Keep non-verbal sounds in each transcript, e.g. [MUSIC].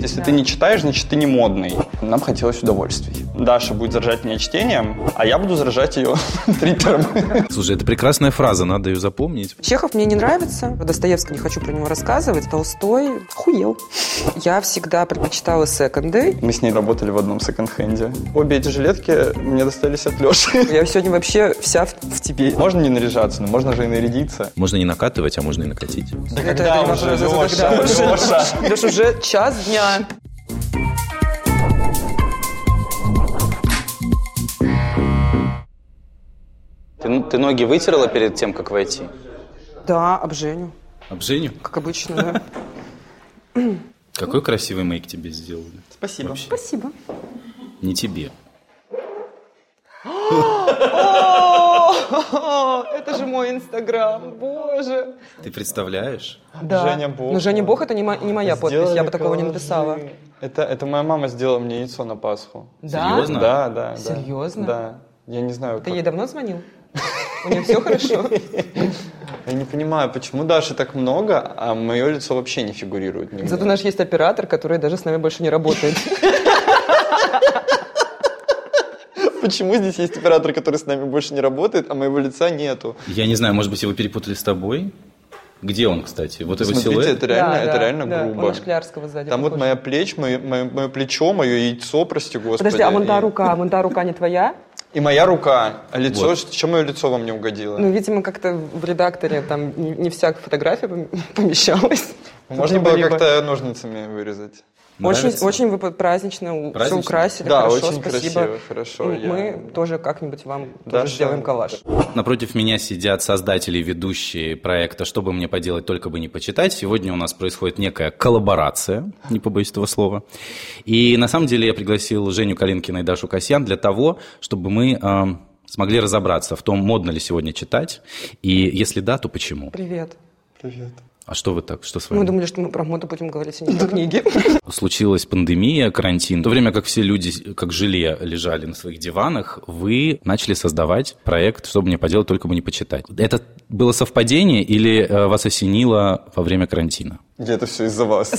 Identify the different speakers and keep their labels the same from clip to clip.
Speaker 1: Если ты не читаешь, значит ты не модный. Нам хотелось удовольствий. Даша будет заражать меня чтением, а я буду заражать [LAUGHS] ее твиттером.
Speaker 2: Слушай, это прекрасная фраза, надо ее запомнить.
Speaker 3: Чехов мне не нравится. Достоевского не хочу про него рассказывать. Толстой хуел. Я всегда предпочитала секонды.
Speaker 1: Мы с ней работали в одном секонд-хенде. Обе эти жилетки мне достались от Леши.
Speaker 3: Я сегодня вообще вся в, в тебе.
Speaker 1: Можно не наряжаться, но можно же и нарядиться.
Speaker 2: можно не накатывать, а можно и накатить.
Speaker 1: Да когда
Speaker 3: это
Speaker 1: уже,
Speaker 3: вопрос,
Speaker 1: Леша,
Speaker 3: когда уже?
Speaker 1: Леша.
Speaker 3: Леш, уже час дня.
Speaker 4: Ты, ты ноги вытерла перед тем, как войти?
Speaker 3: Да, об Женю,
Speaker 4: Об Женю?
Speaker 3: как обычно. да.
Speaker 4: Какой красивый мейк тебе сделали.
Speaker 1: Спасибо.
Speaker 3: Спасибо.
Speaker 4: Не тебе.
Speaker 3: О, это же мой инстаграм, боже.
Speaker 4: Ты представляешь?
Speaker 3: Да.
Speaker 1: Женя Бог.
Speaker 3: Но Женя Бог это не, мо- не моя подпись, я бы такого не написала.
Speaker 1: Это, это моя мама сделала мне яйцо на Пасху.
Speaker 3: Да?
Speaker 4: Серьезно?
Speaker 1: Да, да, да.
Speaker 3: Серьезно?
Speaker 1: Да. Я не знаю,
Speaker 3: Ты
Speaker 1: как.
Speaker 3: ей давно звонил? У нее все хорошо?
Speaker 1: Я не понимаю, почему Даши так много, а мое лицо вообще не фигурирует нигде.
Speaker 3: Зато наш есть оператор, который даже с нами больше не работает.
Speaker 1: Почему здесь есть оператор, который с нами больше не работает, а моего лица нету?
Speaker 4: Я не знаю, может быть, его перепутали с тобой? Где он, кстати? Вот его
Speaker 1: Смотрите,
Speaker 4: силуэт?
Speaker 1: это реально,
Speaker 3: Да,
Speaker 1: это
Speaker 3: да,
Speaker 1: реально
Speaker 3: да.
Speaker 1: грубо.
Speaker 3: Он на Шклярского сзади
Speaker 1: Там вот
Speaker 3: похож.
Speaker 1: моя плечь, мое, мое- мое плечо, мое яйцо, прости господи.
Speaker 3: Подожди, а вон та
Speaker 1: и-
Speaker 3: рука, а вон та рука не твоя?
Speaker 1: И моя рука. А лицо,
Speaker 4: Вот.
Speaker 1: что- чем мое лицо вам не угодило?
Speaker 3: Ну, видимо, как-то в редакторе там не, не вся фотография пом- помещалась.
Speaker 1: Ну, Можно
Speaker 3: Либо-
Speaker 1: было
Speaker 3: либо.
Speaker 1: как-то ножницами вырезать.
Speaker 3: Очень,
Speaker 4: Нравится?
Speaker 3: очень вы празднично, все
Speaker 4: Празднично?
Speaker 3: украсили,
Speaker 1: Да,
Speaker 3: хорошо,
Speaker 1: очень
Speaker 3: спасибо.
Speaker 1: красиво, хорошо, я-
Speaker 3: Мы тоже как-нибудь вам
Speaker 1: Даша-
Speaker 3: тоже сделаем коллаж.
Speaker 4: Напротив меня сидят создатели и ведущие проекта «Что бы мне поделать, только бы не почитать». Сегодня у нас происходит некая коллаборация, не побоюсь этого слова. И на самом деле я пригласил Женю Калинкина и Дашу Касьян для того, чтобы мы эм, смогли разобраться в том, модно ли сегодня читать, и если да, то почему.
Speaker 3: Привет.
Speaker 1: Привет.
Speaker 4: А что вы так, что с вами?
Speaker 3: Мы думали, что мы про моду будем говорить, а не про книги.
Speaker 4: случилась пандемия, карантин, в то время как все люди, как желе, лежали на своих диванах, вы начали создавать проект «Что бы мне поделать, только бы не почитать». Это было совпадение или э, вас осенило во время карантина?
Speaker 1: И это все из-за
Speaker 3: [LAUGHS]
Speaker 1: вас.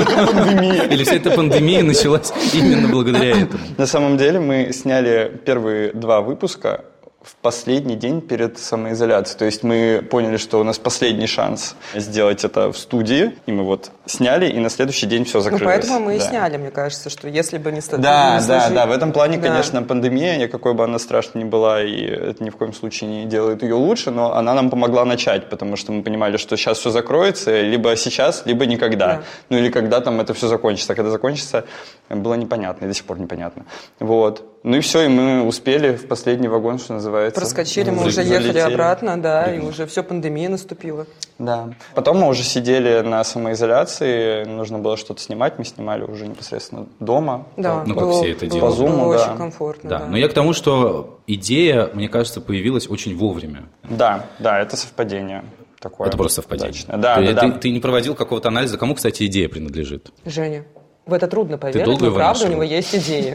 Speaker 1: Пандемия.
Speaker 4: Или вся эта пандемия началась именно благодаря этому?
Speaker 1: На самом деле мы сняли первые два выпуска в последний день перед самоизоляцией. То есть мы поняли, что у нас последний шанс сделать это в студии, и мы вот сняли, и на следующий день все
Speaker 3: Ну,
Speaker 1: закрылось.
Speaker 3: [LAUGHS] поэтому мы и
Speaker 1: Да.
Speaker 3: сняли, мне кажется, что если бы не ста-
Speaker 1: Да,
Speaker 3: не
Speaker 1: да,
Speaker 3: сложи-
Speaker 1: да. В этом плане,
Speaker 3: Да.
Speaker 1: конечно, пандемия, я какой бы она страшной ни была, и это ни в коем случае не делает ее лучше, но она нам помогла начать, потому что мы понимали, что сейчас все закроется, либо сейчас, либо никогда.
Speaker 3: Да.
Speaker 1: Ну или когда там это все закончится. А когда закончится, было непонятно, и до сих пор непонятно. Вот. Ну и все, и мы успели в последний вагон, что называется.
Speaker 3: Проскочили, мы
Speaker 1: За-
Speaker 3: уже ехали
Speaker 1: залетели.
Speaker 3: обратно, да, и уже все, пандемия наступила.
Speaker 1: Да. Потом мы уже сидели на самоизоляции, нужно было что-то снимать, мы снимали уже непосредственно дома.
Speaker 3: Да,
Speaker 4: Ну, как
Speaker 3: было-
Speaker 4: все это
Speaker 3: было-
Speaker 4: делают.
Speaker 1: По Zoom,
Speaker 3: было
Speaker 1: да.
Speaker 3: очень комфортно.
Speaker 4: Да, но я к тому, что идея, мне кажется, появилась очень вовремя.
Speaker 1: Да, да, это совпадение. Такое
Speaker 4: Это просто совпадение.
Speaker 1: удачное. Да,
Speaker 4: ты,
Speaker 1: да,
Speaker 4: ты-
Speaker 1: да.
Speaker 4: ты не проводил какого-то анализа, кому, кстати, идея принадлежит?
Speaker 3: Женя, в это трудно поверить,
Speaker 4: долго
Speaker 3: но
Speaker 4: его
Speaker 3: правда у
Speaker 4: нашел?
Speaker 3: него есть
Speaker 4: [LAUGHS]
Speaker 3: идеи.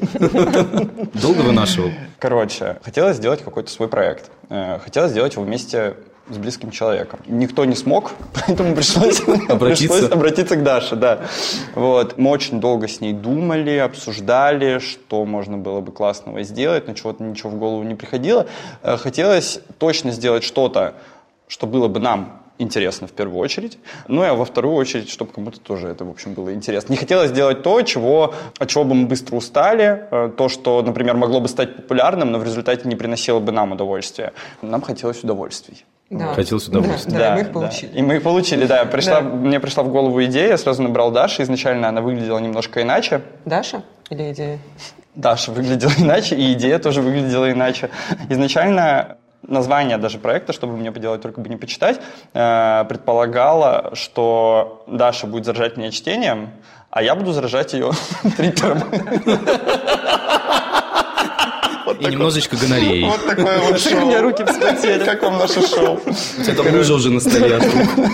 Speaker 1: [LAUGHS]
Speaker 4: Долго вынашивал?
Speaker 1: Короче, хотелось сделать какой-то свой проект. Э, Хотелось сделать его вместе с близким человеком. Никто не смог, [LAUGHS] поэтому пришлось,
Speaker 4: Обратиться.
Speaker 1: пришлось [LAUGHS] обратиться к Даше, да. Вот. Мы очень долго с ней думали, обсуждали, что можно было бы классного сделать, но чего-то ничего в голову не приходило. Э, Хотелось точно сделать что-то, что было бы нам интересно в первую очередь, ну а во вторую очередь, чтобы кому-то тоже это, в общем, было интересно. Не хотелось делать то, чего, от чего бы мы быстро устали, э, то, что, например, могло бы стать популярным, но в результате не приносило бы нам удовольствия. Нам хотелось удовольствий.
Speaker 3: Да.
Speaker 4: Хотелось удовольствия.
Speaker 3: Да, да, мы их получили.
Speaker 1: И мы их получили, да. Пришла,
Speaker 3: Да.
Speaker 1: Мне пришла в голову идея, я сразу набрал Даши, изначально она выглядела немножко иначе,
Speaker 3: Даша
Speaker 1: [LAUGHS]
Speaker 3: или идея?
Speaker 1: Даша выглядела иначе, и идея тоже выглядела иначе. Изначально название даже проекта, чтобы мне поделать, только бы не почитать, э, предполагало, что Даша будет заражать меня чтением, а я буду заражать [LAUGHS] ее твиттером.
Speaker 4: И немножечко гонореей.
Speaker 1: такое [LAUGHS] вот шоу.
Speaker 3: У меня руки
Speaker 1: вспотели. Как вам наше шоу?
Speaker 4: У тебя там лужа уже на столе а от рук.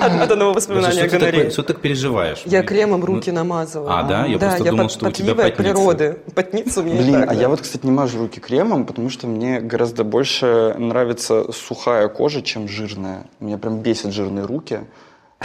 Speaker 3: От, от одного
Speaker 4: Даша,
Speaker 3: воспоминания о
Speaker 4: что, ты
Speaker 3: гонореи.
Speaker 4: так, что ты так переживаешь?
Speaker 3: Я
Speaker 4: Мы-
Speaker 3: кремом
Speaker 4: мы-
Speaker 3: руки намазывала.
Speaker 4: А, да? Я просто думал, что у тебя
Speaker 3: потливая от
Speaker 4: потница.
Speaker 3: природы. [LAUGHS] Потница у меня и
Speaker 1: Блин,
Speaker 3: так,
Speaker 1: а
Speaker 3: да.
Speaker 1: я вот, кстати, не мажу руки кремом, потому что мне гораздо больше нравится сухая кожа, чем жирная. Меня прям бесят жирные руки.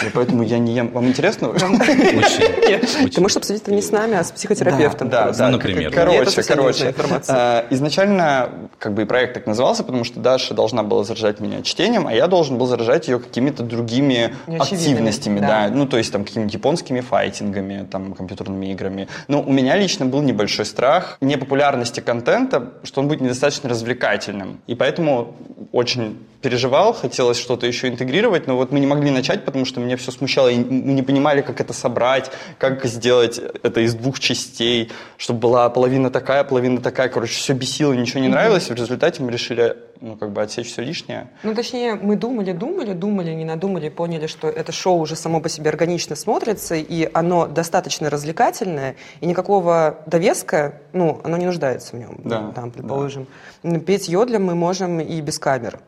Speaker 1: Я Поэтому я не ем. Вам интересно?
Speaker 3: [LAUGHS]
Speaker 4: Очень.
Speaker 3: Ты
Speaker 4: очень.
Speaker 3: можешь обсудить это не с нами, а с психотерапевтом.
Speaker 1: Да,
Speaker 3: просто.
Speaker 1: да,
Speaker 4: Ну, например.
Speaker 1: к-
Speaker 3: Мне это
Speaker 1: Короче,
Speaker 3: совсем не нужна
Speaker 1: короче.
Speaker 3: информация.
Speaker 1: э, Изначально, как бы и проект так назывался, потому что Даша должна была заражать меня чтением, а я должен был заражать ее какими-то другими
Speaker 3: Неочевидными,
Speaker 1: активностями,
Speaker 3: да.
Speaker 1: да. Ну, то есть там какими-то японскими файтингами, там, компьютерными играми. Но у меня лично был небольшой страх непопулярности контента, что он будет недостаточно развлекательным. И поэтому очень переживал, хотелось что-то еще интегрировать, но вот мы не могли начать, потому что меня все смущало, и мы не понимали, как это собрать, как сделать это из двух частей, чтобы была половина такая, половина такая, короче, все бесило, ничего не нравилось, и в результате мы решили, ну, как бы отсечь все лишнее.
Speaker 3: Ну, точнее, мы думали, думали, думали, не надумали, и поняли, что это шоу уже само по себе органично смотрится, и оно достаточно развлекательное, и никакого довеска, ну, оно не нуждается в нем.
Speaker 1: Да,
Speaker 3: Ну, Там,
Speaker 1: да.
Speaker 3: предположим. Ну, Петь йодля мы можем и без камер.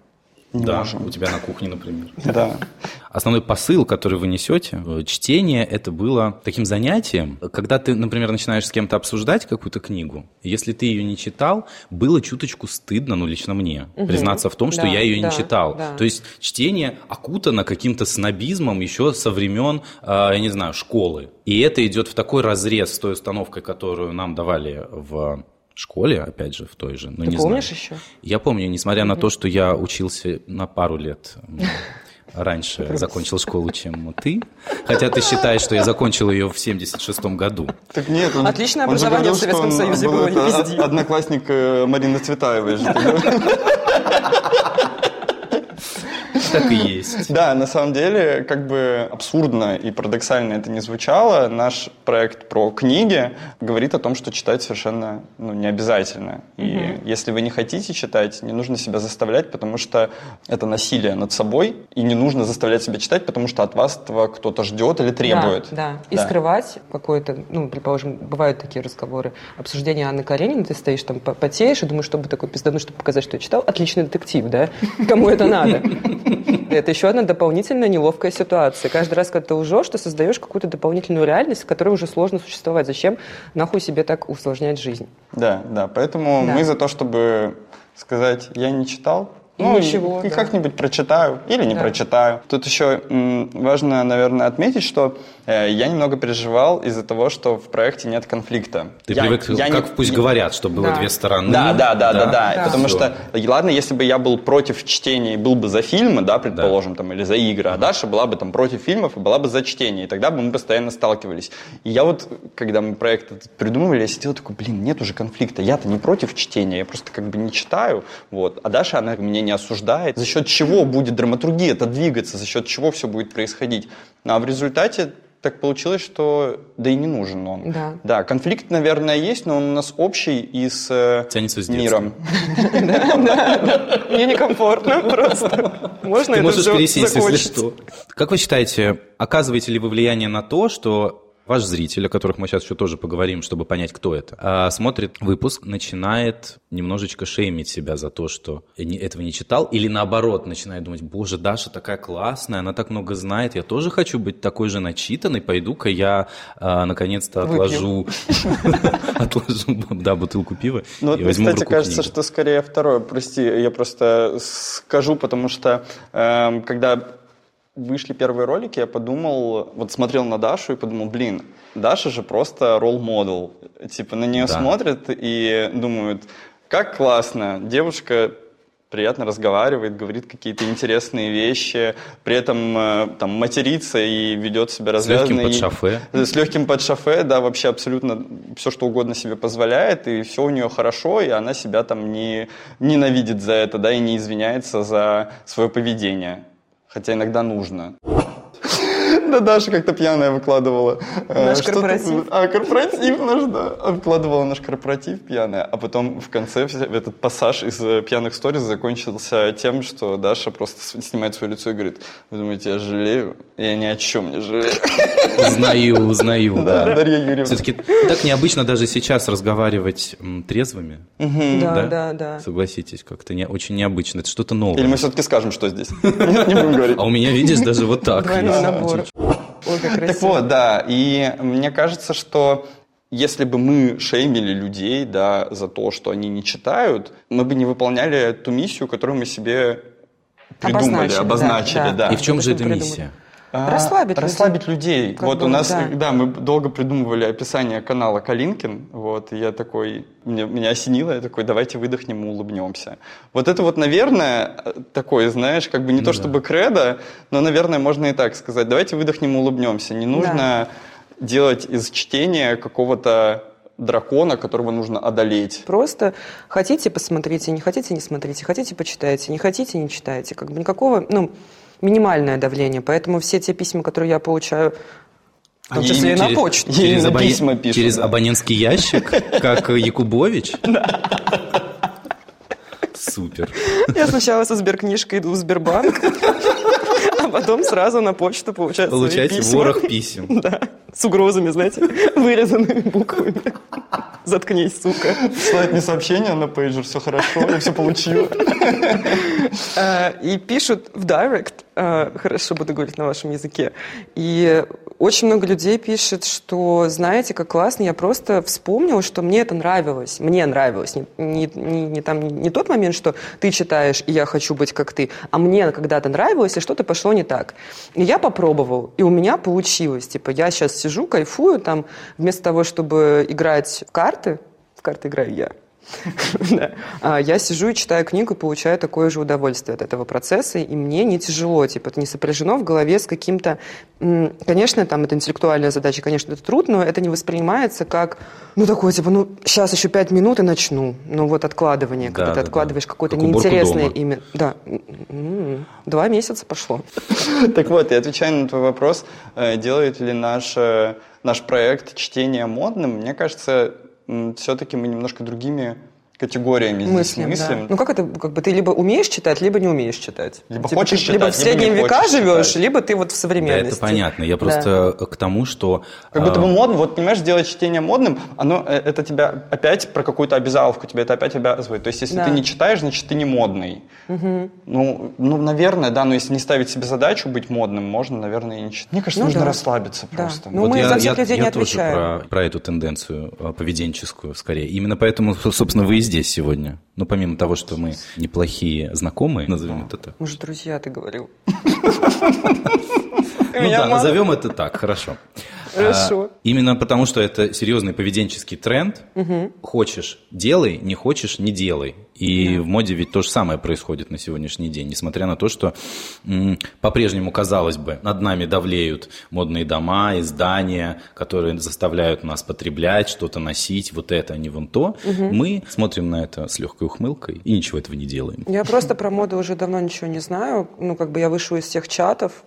Speaker 1: Не
Speaker 4: Да,
Speaker 1: можем.
Speaker 4: у тебя на кухне, например.
Speaker 1: Да.
Speaker 4: Основной посыл, который вы несете, э, чтение, это было таким занятием, когда ты, например, начинаешь с кем-то обсуждать какую-то книгу, если ты ее не читал, было чуточку стыдно, ну, лично мне,
Speaker 3: Мгм.
Speaker 4: признаться в том, что
Speaker 3: Да,
Speaker 4: я ее
Speaker 3: да,
Speaker 4: не читал.
Speaker 3: да.
Speaker 4: То есть чтение окутано каким-то снобизмом еще со времен, э, я не знаю, школы. И это идет в такой разрез с той установкой, которую нам давали в школе, опять же, в той же. Ну,
Speaker 3: Ты
Speaker 4: не знаю.
Speaker 3: помнишь еще?
Speaker 4: Я помню, несмотря на то, что я учился на пару лет м, раньше, закончил школу, чем ты. Хотя ты считаешь, что я закончил ее в 76-м году.
Speaker 1: Так нет, он,
Speaker 3: Отличное
Speaker 1: он же
Speaker 3: образование
Speaker 1: говорил,
Speaker 3: в Советском
Speaker 1: что он
Speaker 3: Союзе
Speaker 1: был
Speaker 3: было, не
Speaker 1: это од-
Speaker 3: пизди.
Speaker 1: Одноклассник э, Марины Цветаевой же.
Speaker 4: Так и есть.
Speaker 1: Да, на самом деле, как бы абсурдно и парадоксально это не звучало, наш проект про книги говорит о том, что читать совершенно ну, не обязательно. И если вы не хотите читать, не нужно себя заставлять, потому что это насилие над собой, и не нужно заставлять себя читать, потому что от вас этого кто-то ждет или требует.
Speaker 3: Да, да. И
Speaker 1: Да.
Speaker 3: скрывать какое-то, ну, предположим, бывают такие разговоры, обсуждение Анны Карениной, ты стоишь там, по- потеешь и думаешь, чтобы такой пиздану, чтобы показать, что я читал. Отличный детектив, да? [LAUGHS] Кому это надо? Это еще одна дополнительная неловкая ситуация. Каждый раз, когда ты лжешь, ты создаешь какую-то дополнительную реальность, в которой уже сложно существовать. Зачем нахуй себе так усложнять жизнь?
Speaker 1: Да, да. Поэтому
Speaker 3: Да.
Speaker 1: мы за то, чтобы сказать, я не читал. Ну,
Speaker 3: И ничего,
Speaker 1: и
Speaker 3: да.
Speaker 1: как-нибудь прочитаю или не
Speaker 3: Да.
Speaker 1: прочитаю. Тут еще м, важно, наверное, отметить, что э, я немного переживал из-за того, что в проекте нет конфликта.
Speaker 4: Ты
Speaker 1: Я-
Speaker 4: привык,
Speaker 1: я не-
Speaker 4: как в пусть
Speaker 1: не-
Speaker 4: говорят, что было
Speaker 3: Да.
Speaker 4: две стороны.
Speaker 1: да, да, да, да, да,
Speaker 3: Да.
Speaker 1: Потому
Speaker 4: Всё.
Speaker 1: что, и ладно, если бы я был против чтения и был бы за фильмы, да, предположим, там, или за игры, а Даша была бы там против фильмов и была бы за чтение, и тогда бы мы постоянно сталкивались. И я вот, когда мы проект этот придумывали, я сидел такой, блин, нет уже конфликта, я-то не против чтения, я просто как бы не читаю, вот. А Даша, она меня не осуждает. За счет чего будет драматургия это двигаться, за счет чего все будет происходить? Ну, а в результате так получилось, что да и не нужен он.
Speaker 3: Да.
Speaker 1: Да, конфликт, наверное, есть, но он у нас общий и с э,
Speaker 4: Тянется с детства.
Speaker 1: миром.
Speaker 3: Мне некомфортно просто.
Speaker 4: Ты
Speaker 3: Можно это
Speaker 4: можешь
Speaker 3: всё
Speaker 4: пересесть, если
Speaker 3: закончить?
Speaker 4: что. Как вы считаете, оказываете ли вы влияние на то, что ваш зритель, о которых мы сейчас еще тоже поговорим, чтобы понять, кто это, а, смотрит выпуск, начинает немножечко шеймить себя за то, что я не- этого не читал, или наоборот, начинает думать, боже, Даша такая классная, она так много знает, я тоже хочу быть такой же начитанной, пойду-ка я а, наконец-то
Speaker 3: Выпью.
Speaker 4: отложу, [LAUGHS] отложу, да, бутылку пива и
Speaker 1: Ну, вот мне,
Speaker 4: возьму в
Speaker 1: кстати,
Speaker 4: руку
Speaker 1: кажется,
Speaker 4: книгу».
Speaker 1: что скорее второе. Прости, я просто скажу, потому что эм, когда вышли первые ролики, я подумал, вот смотрел на Дашу и подумал, блин, Даша же просто ролл-модел. Типа на нее
Speaker 4: Да.
Speaker 1: смотрят и думают, как классно, девушка приятно разговаривает, говорит какие-то интересные вещи, при этом э, там матерится и ведет себя
Speaker 4: С легким
Speaker 1: развязно.
Speaker 4: под
Speaker 1: и-
Speaker 4: шофе.
Speaker 1: с легким под шофе, да, вообще абсолютно все, что угодно себе позволяет, и все у нее хорошо, и она себя там не ненавидит за это, да, и не извиняется за свое поведение. Хотя иногда нужно. Да, Даша как-то пьяная выкладывала. э,
Speaker 3: Наш
Speaker 1: что-то-
Speaker 3: корпоратив.
Speaker 1: А, корпоратив наш, да. А Выкладывала наш корпоратив пьяная. А потом в конце вся- этот пассаж из э, пьяных сториз закончился тем, что Даша просто с- снимает свое лицо и говорит, вы думаете, я жалею? Я ни о чем не жалею.
Speaker 4: Узнаю, узнаю,
Speaker 1: Да,
Speaker 4: да.
Speaker 1: Дарья Юрьевна.
Speaker 4: Все-таки так необычно даже сейчас разговаривать м, трезвыми.
Speaker 3: Да,
Speaker 4: Да?
Speaker 3: да, да.
Speaker 4: Согласитесь, как-то не, очень необычно. Это что-то новое.
Speaker 1: Или мы все-таки скажем, что здесь? [LAUGHS] Нет, не будем говорить.
Speaker 4: А у меня, видишь,
Speaker 3: [LAUGHS]
Speaker 4: даже вот так.
Speaker 3: Двойной
Speaker 4: есть.
Speaker 3: набор. Ой, как красиво.
Speaker 1: Так вот, да, и мне кажется, что если бы мы шеймили людей, да, за то, что они не читают, мы бы не выполняли ту миссию, которую мы себе придумали,
Speaker 3: Обозначили, да,
Speaker 1: обозначили,
Speaker 3: да.
Speaker 1: да.
Speaker 4: И в чем же
Speaker 3: Обычно
Speaker 4: эта
Speaker 3: придумали.
Speaker 4: миссия?
Speaker 1: А,
Speaker 3: Расслабить людей. Ну,
Speaker 1: Расслабить людей.
Speaker 3: Как
Speaker 1: вот
Speaker 3: бы,
Speaker 1: у нас,
Speaker 3: да.
Speaker 1: да. мы долго придумывали описание канала Калинкин. Вот, и я такой, мне, меня осенило, я такой, давайте выдохнем и улыбнемся. Вот это вот, наверное, э, такое, знаешь, как бы не то чтобы кредо, но, наверное, можно и так сказать. Давайте выдохнем и улыбнемся. Не нужно делать из чтения какого-то дракона, которого нужно одолеть.
Speaker 3: Просто хотите, посмотрите, не хотите, не смотрите, хотите, почитайте, не хотите, не читайте. Как бы никакого, ну, минимальное давление. Поэтому все те письма, которые я получаю, в том
Speaker 1: Они
Speaker 3: числе и на
Speaker 1: интерес-
Speaker 3: почту.
Speaker 1: Ей на
Speaker 4: абоне-
Speaker 1: письма пишут,
Speaker 4: через
Speaker 1: да.
Speaker 4: абонентский ящик,
Speaker 3: [LAUGHS]
Speaker 4: как Якубович? Супер.
Speaker 3: Я сначала со сберкнижкой иду в Сбербанк, а потом сразу на почту получаю свои
Speaker 4: Получайте
Speaker 3: письма.
Speaker 4: ворох писем.
Speaker 3: Да, с угрозами, знаете, вырезанными буквами. Заткнись, сука.
Speaker 1: Слать мне сообщение на пейджер, все хорошо, я все получил.
Speaker 3: Э, И пишут в директ, э, хорошо буду говорить на вашем языке. И очень много людей пишет, что, знаете, как классно, я просто вспомнила, что мне это нравилось. Мне нравилось. Не, не- не- не там, не тот момент, что ты читаешь, и я хочу быть как ты, а мне когда-то нравилось, и что-то пошло не так. И я попробовал, и у меня получилось. Типа я сейчас сижу, кайфую, там, вместо того, чтобы играть в карты, в карты играю я, [LAUGHS] да. А Я сижу и читаю книгу, и получаю такое же удовольствие от этого процесса, и мне не тяжело, типа, это не сопряжено в голове с каким-то... м, Конечно, там это интеллектуальная задача, конечно, это трудно, но это не воспринимается как, ну, такое, типа, ну, сейчас еще пять минут и начну. Ну, вот откладывание,
Speaker 4: Да,
Speaker 3: когда
Speaker 4: да,
Speaker 3: ты откладываешь
Speaker 4: да.
Speaker 3: какое-то
Speaker 4: Как уборку
Speaker 3: неинтересное
Speaker 4: дома.
Speaker 3: имя. Да. М-м, Два месяца пошло.
Speaker 1: Так вот, и отвечая на твой вопрос, э, делает ли наш, э, наш проект чтение модным, мне кажется, все-таки мы немножко другими категориями здесь
Speaker 3: Мыслим, да.
Speaker 1: мыслим.
Speaker 3: Ну, как это, как бы, ты либо умеешь читать, либо не умеешь читать.
Speaker 1: Либо
Speaker 3: Типа,
Speaker 1: хочешь
Speaker 3: ты Либо в
Speaker 1: читать, либо не
Speaker 3: средние века
Speaker 1: хочешь
Speaker 3: живешь,
Speaker 1: читать.
Speaker 3: либо ты вот в
Speaker 4: Да, это
Speaker 3: современности.
Speaker 4: понятно. Я
Speaker 3: Да.
Speaker 4: просто к тому, что...
Speaker 1: Как
Speaker 4: а,
Speaker 1: будто бы модно, вот понимаешь, делать чтение модным, оно э, это тебя опять про какую-то обязаловку, тебя это опять обязывает. То есть, если
Speaker 3: Да.
Speaker 1: ты не читаешь, значит ты не модный. Ну, ну, наверное, да, но если не ставить себе задачу быть модным, можно, наверное, и не читать. Мне кажется,
Speaker 3: Ну
Speaker 1: нужно
Speaker 3: да.
Speaker 1: расслабиться
Speaker 3: Да.
Speaker 1: просто.
Speaker 3: Ну, мы за всех людей не
Speaker 4: тоже
Speaker 3: отвечаем.
Speaker 4: про, про эту тенденцию а, поведенческую скорее. Именно поэтому, [LAUGHS] со- собственно, вы и здесь сегодня. Ну, помимо того, что мы неплохие знакомые, назовем это так.
Speaker 3: Мы же друзья, ты говорил.
Speaker 4: Ну
Speaker 3: [LAUGHS] Меня
Speaker 4: да,
Speaker 3: мама-
Speaker 4: назовем это так, хорошо.
Speaker 3: Э, Хорошо.
Speaker 4: А, Именно потому, что это серьезный поведенческий тренд. Хочешь – делай, не хочешь – не делай. И в моде ведь то же самое происходит на сегодняшний день, несмотря на то, что м, по-прежнему, казалось бы, над нами давлеют модные дома, издания, которые заставляют нас потреблять, что-то носить, вот это, а не вон то. Мы смотрим на это с легкой ухмылкой и ничего этого
Speaker 1: [LAUGHS]
Speaker 4: не делаем.
Speaker 3: Я просто про моду уже давно ничего не знаю. Ну, как бы я вышла из всех чатов.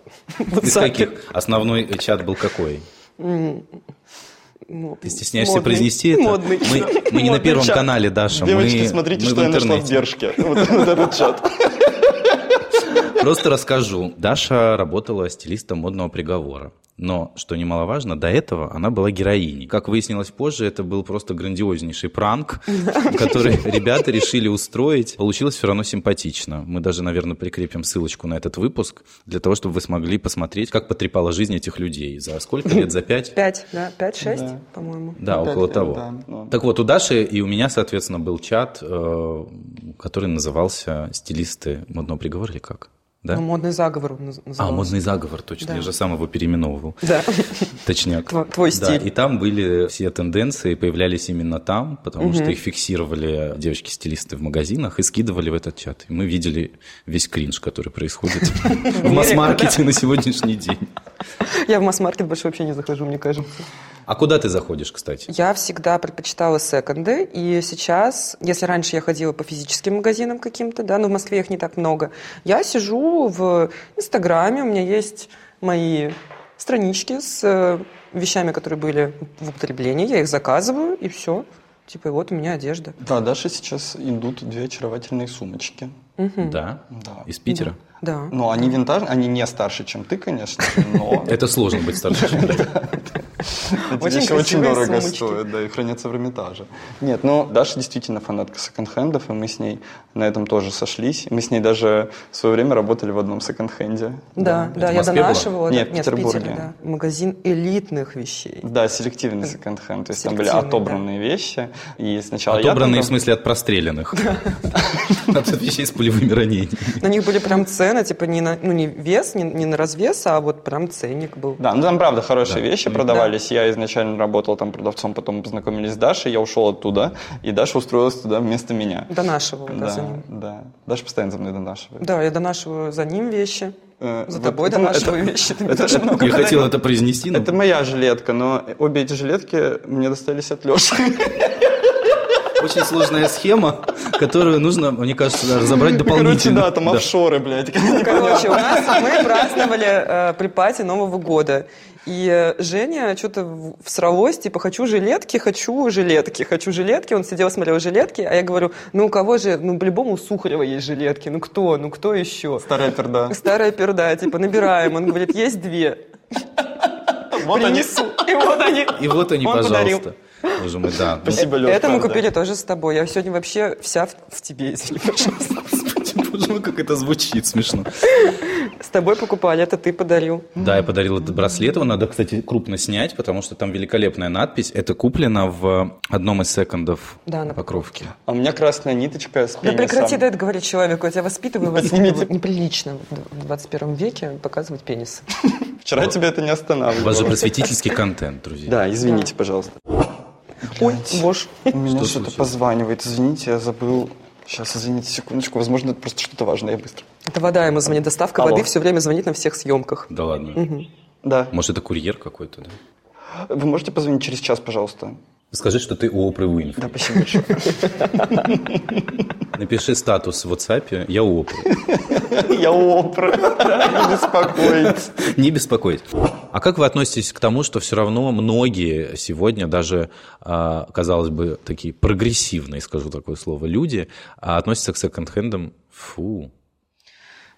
Speaker 4: Из каких? Основной э, чат был какой? Ты стесняешься произнести это?
Speaker 3: ну, Модный.
Speaker 4: Мы, мы не на
Speaker 3: Модный
Speaker 4: первом
Speaker 3: чат.
Speaker 4: канале, Даша.
Speaker 1: Девочки,
Speaker 4: мы,
Speaker 1: смотрите,
Speaker 4: мы
Speaker 1: что
Speaker 4: в
Speaker 1: я нашла в
Speaker 4: интернете.
Speaker 1: Держке. [LAUGHS] Вот вот этот чат.
Speaker 4: Просто расскажу. Даша работала стилистом модного приговора. Но, что немаловажно, до этого она была героиней. Как выяснилось позже, это был просто грандиознейший пранк, который ребята решили устроить. Получилось все равно симпатично. Мы даже, наверное, прикрепим ссылочку на этот выпуск, для того, чтобы вы смогли посмотреть, как потрепала жизнь этих людей. За сколько лет? За пять?
Speaker 3: Пять, да? Пять-шесть, по-моему.
Speaker 4: Да,
Speaker 1: Опять,
Speaker 4: около
Speaker 1: э,
Speaker 4: того.
Speaker 1: да, ну.
Speaker 4: Так вот, у Даши и у меня, соответственно, был чат, э, который назывался «Стилисты модного приговора» или как? Да?
Speaker 3: Ну, модный заговор он наз-
Speaker 4: а,
Speaker 3: назывался.
Speaker 4: модный заговор, точно.
Speaker 3: Да.
Speaker 4: Я же сам его переименовывал.
Speaker 3: Да. [LAUGHS]
Speaker 4: Точняк.
Speaker 3: Тво- твой
Speaker 4: Да,
Speaker 3: стиль.
Speaker 4: и там были все тенденции, появлялись именно там, потому что их фиксировали девочки-стилисты в магазинах и скидывали в этот чат. И мы видели весь кринж, который
Speaker 3: [LAUGHS]
Speaker 4: происходит в масс-маркете на сегодняшний день.
Speaker 3: Я в масс-маркет больше вообще не захожу, мне кажется.
Speaker 4: А куда ты заходишь, кстати?
Speaker 3: Я всегда предпочитала секонды, и сейчас, если раньше я ходила по физическим магазинам каким-то, да, но в Москве их не так много, я сижу в Инстаграме, у меня есть мои странички с э, вещами, которые были в употреблении, я их заказываю, и все. Типа, и вот у меня одежда.
Speaker 1: Да, Даше сейчас идут две очаровательные сумочки.
Speaker 4: Да?
Speaker 1: Да.
Speaker 4: Из Питера?
Speaker 3: Да.
Speaker 1: Ну, они винтажные, они не старше, чем ты, конечно, но...
Speaker 4: [LAUGHS] Это сложно быть старше. чем я.
Speaker 1: Эти
Speaker 3: Очень
Speaker 1: вещи очень
Speaker 3: красивые
Speaker 1: дорого
Speaker 3: сумочки.
Speaker 1: стоят, да, и хранятся в Эрмитаже. Нет, ну, Даша действительно фанатка секонд-хендов, и мы с ней на этом тоже сошлись. Мы с ней даже в свое время работали в одном секонд-хенде.
Speaker 3: Да,
Speaker 4: Это
Speaker 3: да,
Speaker 4: в
Speaker 3: я
Speaker 4: Москве было?
Speaker 3: донашивала.
Speaker 1: Нет,
Speaker 3: да.
Speaker 1: в
Speaker 3: в Питере,
Speaker 1: Петербурге.
Speaker 3: да. Магазин элитных вещей.
Speaker 1: Да, селективный секонд-хенд. То есть там были
Speaker 3: Селективный, да.
Speaker 1: отобранные вещи. И сначала А я...
Speaker 4: Отобранные, в
Speaker 1: там-
Speaker 4: смысле, от простреленных. От вещей с пулевыми ранениями.
Speaker 3: На них были прям цены, типа не на, ну, не вес, не, не на развес, а вот прям ценник был.
Speaker 1: Да, ну там правда хорошие вещи
Speaker 4: Да.
Speaker 1: продавались. Я изначально работал там продавцом, потом познакомились с Дашей, я ушел оттуда, и Даша устроилась туда вместо меня.
Speaker 3: Донашивала да, за
Speaker 1: Да,
Speaker 3: ним.
Speaker 1: да. Даша постоянно за мной донашивает.
Speaker 3: Да, я донашиваю за ним вещи.
Speaker 1: Э,
Speaker 3: За
Speaker 1: вот
Speaker 3: тобой
Speaker 1: это-
Speaker 3: донашиваю
Speaker 1: это-
Speaker 3: вещи.
Speaker 1: [LAUGHS]
Speaker 3: Ты
Speaker 1: это-
Speaker 3: тоже
Speaker 1: это-
Speaker 3: много
Speaker 4: Я хотел
Speaker 1: когда-
Speaker 4: это произнести, но
Speaker 1: Это моя жилетка, но обе эти жилетки мне достались от
Speaker 3: [LAUGHS]
Speaker 1: Леши.
Speaker 4: очень сложная схема, которую нужно, мне кажется, даже разобрать
Speaker 1: Короче,
Speaker 4: дополнительно.
Speaker 1: да, там офшоры, блядь. [LAUGHS]
Speaker 3: Короче, у нас мы праздновали э, при пати Нового года. И э, Женя что-то всралось, типа, хочу жилетки, хочу жилетки, хочу жилетки. Он сидел, смотрел жилетки, а я говорю, ну у кого же, ну по-любому у Сухарева есть жилетки, ну кто, ну кто еще?
Speaker 1: Старая перда.
Speaker 3: Старая перда, типа, набираем. Он говорит, есть две,
Speaker 1: Вот они.
Speaker 3: принесу. И вот они.
Speaker 4: И вот они,
Speaker 3: Он подарил.
Speaker 4: пожалуйста. Боже мой, да. Ну,
Speaker 1: Спасибо, Леша.
Speaker 3: Это мы купили тоже с тобой. Я сегодня вообще вся в, в тебе, типа, извини, пожалуйста.
Speaker 4: Господи, боже мой, как это звучит смешно.
Speaker 3: С тобой покупали, это ты подарил.
Speaker 4: Да, я подарил этот браслет. Его надо, кстати, крупно снять, потому что там великолепная надпись. Это куплено в одном из секондов
Speaker 3: Да, на
Speaker 4: покровке.
Speaker 1: А у меня красная ниточка с
Speaker 3: Да
Speaker 1: пенисом.
Speaker 3: прекрати да, это говорить человеку, я тебя воспитываю,
Speaker 1: Поднимите.
Speaker 3: воспитываю. Неприлично в 21 веке показывать пенис.
Speaker 1: Вчера тебя это не
Speaker 4: У вас же
Speaker 1: останавливало.
Speaker 4: просветительский контент, друзья.
Speaker 1: Да, извините, пожалуйста.
Speaker 3: Ой,
Speaker 1: Блядь.
Speaker 3: боже.
Speaker 1: У меня
Speaker 4: Что
Speaker 1: что-то
Speaker 4: случилось?
Speaker 1: позванивает. Извините, я забыл. Сейчас, извините, секундочку. Возможно, это просто что-то важное. Я быстро.
Speaker 3: Это вода ему звонит, доставка
Speaker 1: Алло.
Speaker 3: воды все время звонит на всех съемках.
Speaker 4: Да ладно.
Speaker 1: Да.
Speaker 4: Может, это курьер какой-то, да?
Speaker 1: Вы можете позвонить через час, пожалуйста?
Speaker 4: Скажи, что ты у Опры Уинфри.
Speaker 1: Да, спасибо большое.
Speaker 4: Напиши статус в WhatsApp, я у Опры.
Speaker 1: [LAUGHS] Я опра. Не беспокойтесь.
Speaker 4: [LAUGHS] Не беспокойтесь. А как вы относитесь к тому, что все равно многие сегодня, даже, а, казалось бы, такие прогрессивные, скажу такое слово, люди, а, относятся к секонд-хендам, фу,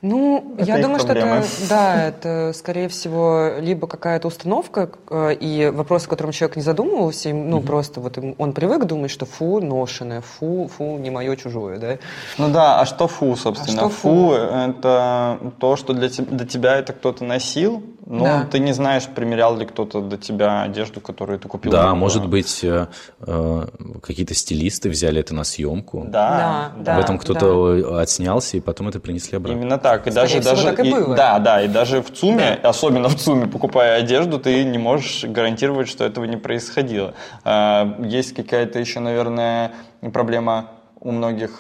Speaker 3: Ну,
Speaker 1: Это
Speaker 3: я
Speaker 1: их
Speaker 3: думаю, что это,
Speaker 1: проблема.
Speaker 3: да, это, скорее всего, либо какая-то установка э, и вопрос, о котором человек не задумывался, им, ну, просто вот им- он привык думать, что фу, ношеное, фу, фу, не мое, чужое, да?
Speaker 1: Ну да, а что фу, собственно?
Speaker 3: А что
Speaker 1: фу? это то, что для те- до тебя это кто-то носил, но
Speaker 3: Да.
Speaker 1: ты не знаешь, примерял ли кто-то до тебя одежду, которую ты купил.
Speaker 4: Да,
Speaker 1: Другую.
Speaker 4: может быть, э, э, какие-то стилисты взяли это на съемку.
Speaker 1: Да,
Speaker 3: Да,
Speaker 4: В этом кто-то э, отснялся, и потом это принесли обратно.
Speaker 1: Именно так. И даже,
Speaker 3: Скорее всего,
Speaker 1: даже,
Speaker 3: так и было.
Speaker 1: Да, да, и даже в ЦУМе, особенно в ЦУМе, покупая одежду, ты не можешь гарантировать, что этого не происходило. А, Есть какая-то еще, наверное, проблема у многих